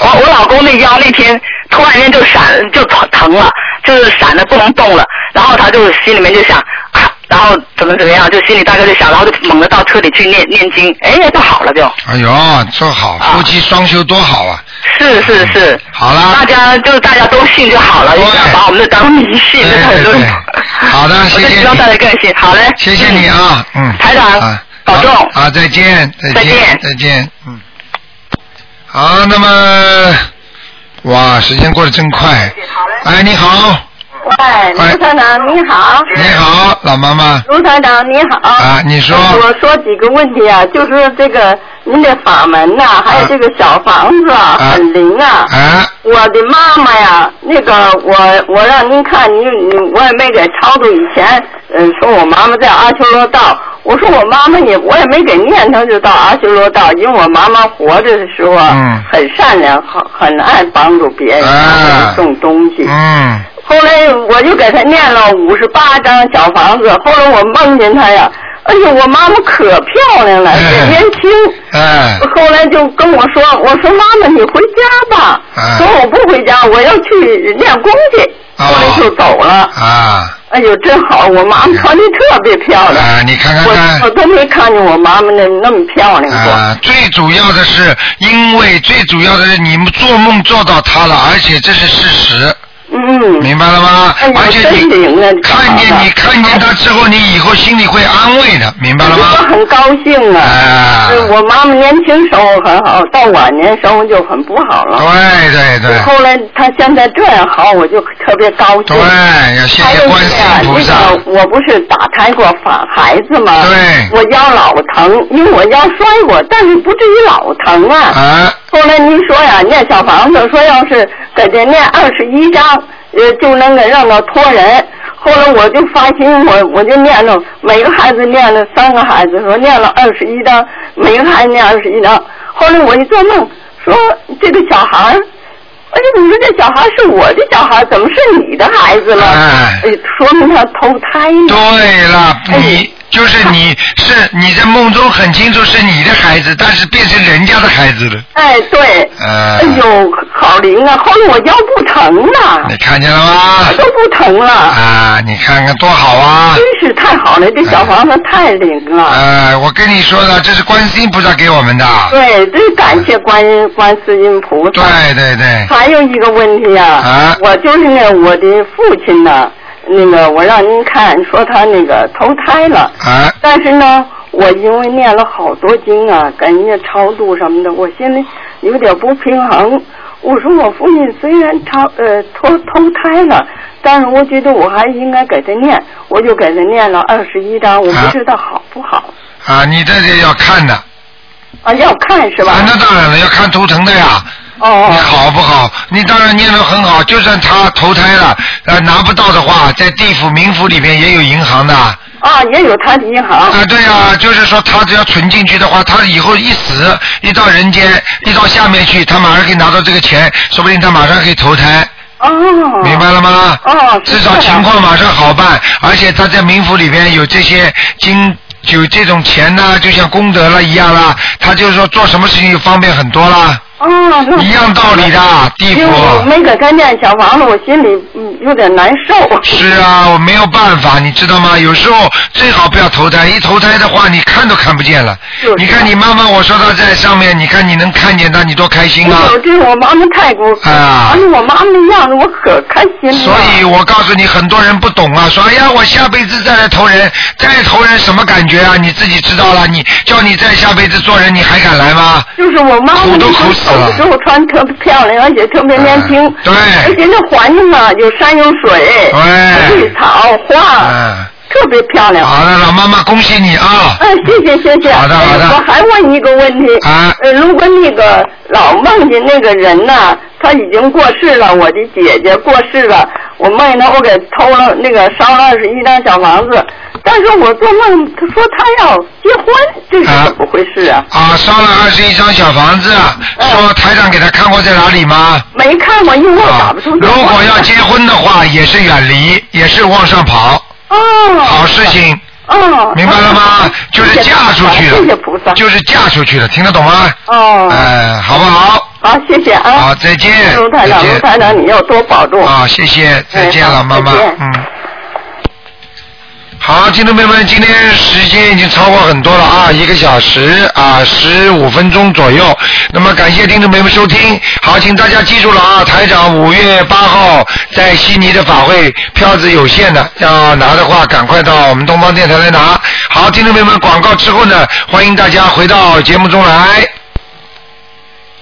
[SPEAKER 14] 我我老公那腰那天突然间就闪就疼疼了，就是闪的不能动了，然后他就心里面就想啊，然后怎么怎么样，就心里大概就想，然后就猛地到车里去念念经，哎，就好了就。
[SPEAKER 2] 哎呦，这好，夫妻双修多好 啊！
[SPEAKER 14] 是是是。
[SPEAKER 2] 嗯好啦。
[SPEAKER 14] 大家就是大家都信就好了，不要把我们的当迷信，真的很多人。
[SPEAKER 2] 哎 好的，谢
[SPEAKER 14] 我就
[SPEAKER 2] 谢
[SPEAKER 14] 希望大家
[SPEAKER 2] 你。
[SPEAKER 14] 更信。好嘞。
[SPEAKER 2] 谢谢你啊，嗯。
[SPEAKER 14] 台长
[SPEAKER 2] 啊，
[SPEAKER 14] 保重
[SPEAKER 2] 好啊，再见，
[SPEAKER 14] 再
[SPEAKER 2] 见
[SPEAKER 14] 见，
[SPEAKER 2] 再见，嗯。好，那么，哇，时间过得真快。哎，你好，
[SPEAKER 15] 喂，卢团长你好，
[SPEAKER 2] 你好，老妈妈
[SPEAKER 15] 卢团长你好。
[SPEAKER 2] 啊，你说
[SPEAKER 15] 我说几个问题啊，就是这个您的法门呐、还有这个小房子啊，很灵啊。
[SPEAKER 2] 啊。
[SPEAKER 15] 我的妈妈呀，那个我我让您看，您你我也没给超度以前，嗯，说我妈妈在阿修罗道，我说我妈妈也我也没给念头就到阿修罗道，因为我妈妈活着的时候啊，
[SPEAKER 2] 嗯
[SPEAKER 15] 很善良，很很爱帮助别人，
[SPEAKER 2] 啊
[SPEAKER 15] 送东西，
[SPEAKER 2] 嗯，
[SPEAKER 15] 后来我就给他念了五十八张小房子，后来我梦见他呀，哎呦，我妈妈可漂亮了，年轻。
[SPEAKER 2] 哎，
[SPEAKER 15] 后来就跟我说，我说妈妈你回家吧，
[SPEAKER 2] 哎哦
[SPEAKER 15] 说我不回家，我要去练功去。后来就走了。
[SPEAKER 2] 啊
[SPEAKER 15] 哎呦，真好，我妈妈穿的特别漂亮。
[SPEAKER 2] 嗯啊，你看看看
[SPEAKER 15] 我我都没看见我妈妈那那么漂亮过。
[SPEAKER 2] 啊，最主要的是，因为最主要的是你们做梦做到他了，而且这是事实。
[SPEAKER 15] 嗯。
[SPEAKER 2] 明白了吗？而且你
[SPEAKER 15] 啊
[SPEAKER 2] 看见你看见他之后，你以后心里会安慰的，明白了吗？哎
[SPEAKER 15] 我很高兴啊！是我妈妈年轻时候很好，到晚年时候就很不好了。
[SPEAKER 2] 对对对
[SPEAKER 15] 后来她现在这样好，我就特别高兴。对，
[SPEAKER 2] 要谢谢观世音菩萨
[SPEAKER 15] 还有那个我不是打胎过法孩子吗？
[SPEAKER 2] 对。
[SPEAKER 15] 我腰老疼，因为我腰摔过，但是不至于老疼啊。
[SPEAKER 2] 啊。
[SPEAKER 15] 后来您说呀，念小房子说要是给他念二十一章，呃，就能给让他托人。后来我就发心，我我就念了，每个孩子念了三个孩子，说念了二十一章，每个孩子念二十一章。后来我一做梦，说这个小孩儿，哎，你说这小孩儿是我的小孩儿，怎么是你的孩子了？
[SPEAKER 2] 哎
[SPEAKER 15] 哎，说明他投胎呢。
[SPEAKER 2] 对了，
[SPEAKER 15] 哎
[SPEAKER 2] 你就是你是你在梦中很清楚是你的孩子，但是变成人家的孩子了。
[SPEAKER 15] 哎，对，
[SPEAKER 2] 呃
[SPEAKER 15] 哎，呦，好灵啊！后来我腰不疼了，
[SPEAKER 2] 你看见了吗？
[SPEAKER 15] 都不疼了，
[SPEAKER 2] 啊，你看看多好啊！
[SPEAKER 15] 真是太好了，这小房子太灵了。
[SPEAKER 2] 哎，我跟你说的，这是观世音菩萨给我们的。
[SPEAKER 15] 对，真感谢观音观世音菩萨。
[SPEAKER 2] 对对对，
[SPEAKER 15] 还有一个问题啊，
[SPEAKER 2] 啊
[SPEAKER 15] 我就是那我的父亲呢，那个我让您看，说他那个投胎了，
[SPEAKER 2] 啊
[SPEAKER 15] 但是呢，我因为念了好多经啊，给人家超度什么的，我心里有点不平衡。我说我父亲虽然超呃投投胎了，但是我觉得我还应该给他念，我就给他念了二十一章，我不
[SPEAKER 2] 啊
[SPEAKER 15] 知道好不好
[SPEAKER 2] 啊，你这也要看的，
[SPEAKER 15] 啊，要看是吧？
[SPEAKER 2] 啊，那当然了，要看图腾的呀。
[SPEAKER 15] 哦
[SPEAKER 2] 你好不好？你当然念得很好，就算他投胎了，呃，拿不到的话，在地府、冥府里面也有银行的。
[SPEAKER 15] 啊，也有他的银行。
[SPEAKER 2] 啊，对啊，就是说他只要存进去的话，他以后一死，一到人间，一到下面去，他马上可以拿到这个钱，说不定他马上可以投胎。
[SPEAKER 15] 哦。
[SPEAKER 2] 明白了吗？
[SPEAKER 15] 哦。
[SPEAKER 2] 至少情况马上好办，而且他在冥府里边有这些经。有这种钱呐、就像功德了一样啦，他就是说做什么事情就方便很多啦。
[SPEAKER 15] 哦，那
[SPEAKER 2] 啊一样道理的地府
[SPEAKER 15] 因为我没给他念小房子，我心里嗯有点难受。
[SPEAKER 2] 是啊，我没有办法，你知道吗？有时候最好不要投胎，一投胎的话，你看都看不见了。你看你妈妈，我说她在上面，你看你能看见她，你多开心啊！
[SPEAKER 15] 哎呦这我妈妈太过分了，
[SPEAKER 2] 啊
[SPEAKER 15] 哎呦我妈妈那样子，我可开心
[SPEAKER 2] 所
[SPEAKER 15] 了。
[SPEAKER 2] 以我告诉你，很多人不懂啊，说哎呀，我下辈子再来投人，再投人什么感觉啊？你自己知道了，你叫你再下辈子做人，你还敢来吗？
[SPEAKER 15] 就是我妈妈
[SPEAKER 2] 苦
[SPEAKER 15] 那
[SPEAKER 2] 都
[SPEAKER 15] 时
[SPEAKER 2] 苦
[SPEAKER 15] 候
[SPEAKER 2] 死
[SPEAKER 15] 走的
[SPEAKER 2] 了哎
[SPEAKER 15] 时。候穿特别漂亮，而且特别年轻。
[SPEAKER 2] 对。
[SPEAKER 15] 而且那环境啊，有山有水，
[SPEAKER 2] 对
[SPEAKER 15] 绿草花，
[SPEAKER 2] 嗯，
[SPEAKER 15] 特别漂亮。
[SPEAKER 2] 好的，老妈妈，恭喜你啊！
[SPEAKER 15] 哎，谢谢谢谢。
[SPEAKER 2] 好的好的
[SPEAKER 15] 哎我还问一个问题。
[SPEAKER 2] 啊。
[SPEAKER 15] 呃，如果那个老梦见那个人呐、他已经过世了，我的姐姐过世了，我梦见他，我给偷了那个烧了二十一张小房子，但是我做梦，他说他要结婚，这是怎么回事啊？嗯
[SPEAKER 2] 啊，烧了二十一张小房子，啊说台长给他看过在哪里吗？啊
[SPEAKER 15] 没看过，因为我打不通电
[SPEAKER 2] 如
[SPEAKER 15] 话。
[SPEAKER 2] 果要结婚的话，也是远离，也是往上跑，
[SPEAKER 15] 哦，
[SPEAKER 2] 好事情，
[SPEAKER 15] 哦，
[SPEAKER 2] 明白了吗？就是嫁出去
[SPEAKER 15] 谢谢
[SPEAKER 2] 的
[SPEAKER 15] 菩萨，
[SPEAKER 2] 就是嫁出去的，听得懂吗？
[SPEAKER 15] 哦，
[SPEAKER 2] 哎，好不好？
[SPEAKER 15] 好，谢谢啊。
[SPEAKER 2] 好，再见。
[SPEAKER 15] 卢台
[SPEAKER 2] 再
[SPEAKER 15] 长，卢
[SPEAKER 2] 见。
[SPEAKER 15] 台长，你要多保重。哎
[SPEAKER 2] 啊，谢谢，再见了，妈妈。嗯。好，听众朋友们，今天时间已经超过很多了啊，一个小时啊，十五分钟左右。那么感谢听众朋友们收听。好，请大家记住了啊，台长五月八号在悉尼的法会票子有限的，要拿的话赶快到我们东方电台来拿。好，听众朋友们，广告之后呢，欢迎大家回到节目中来。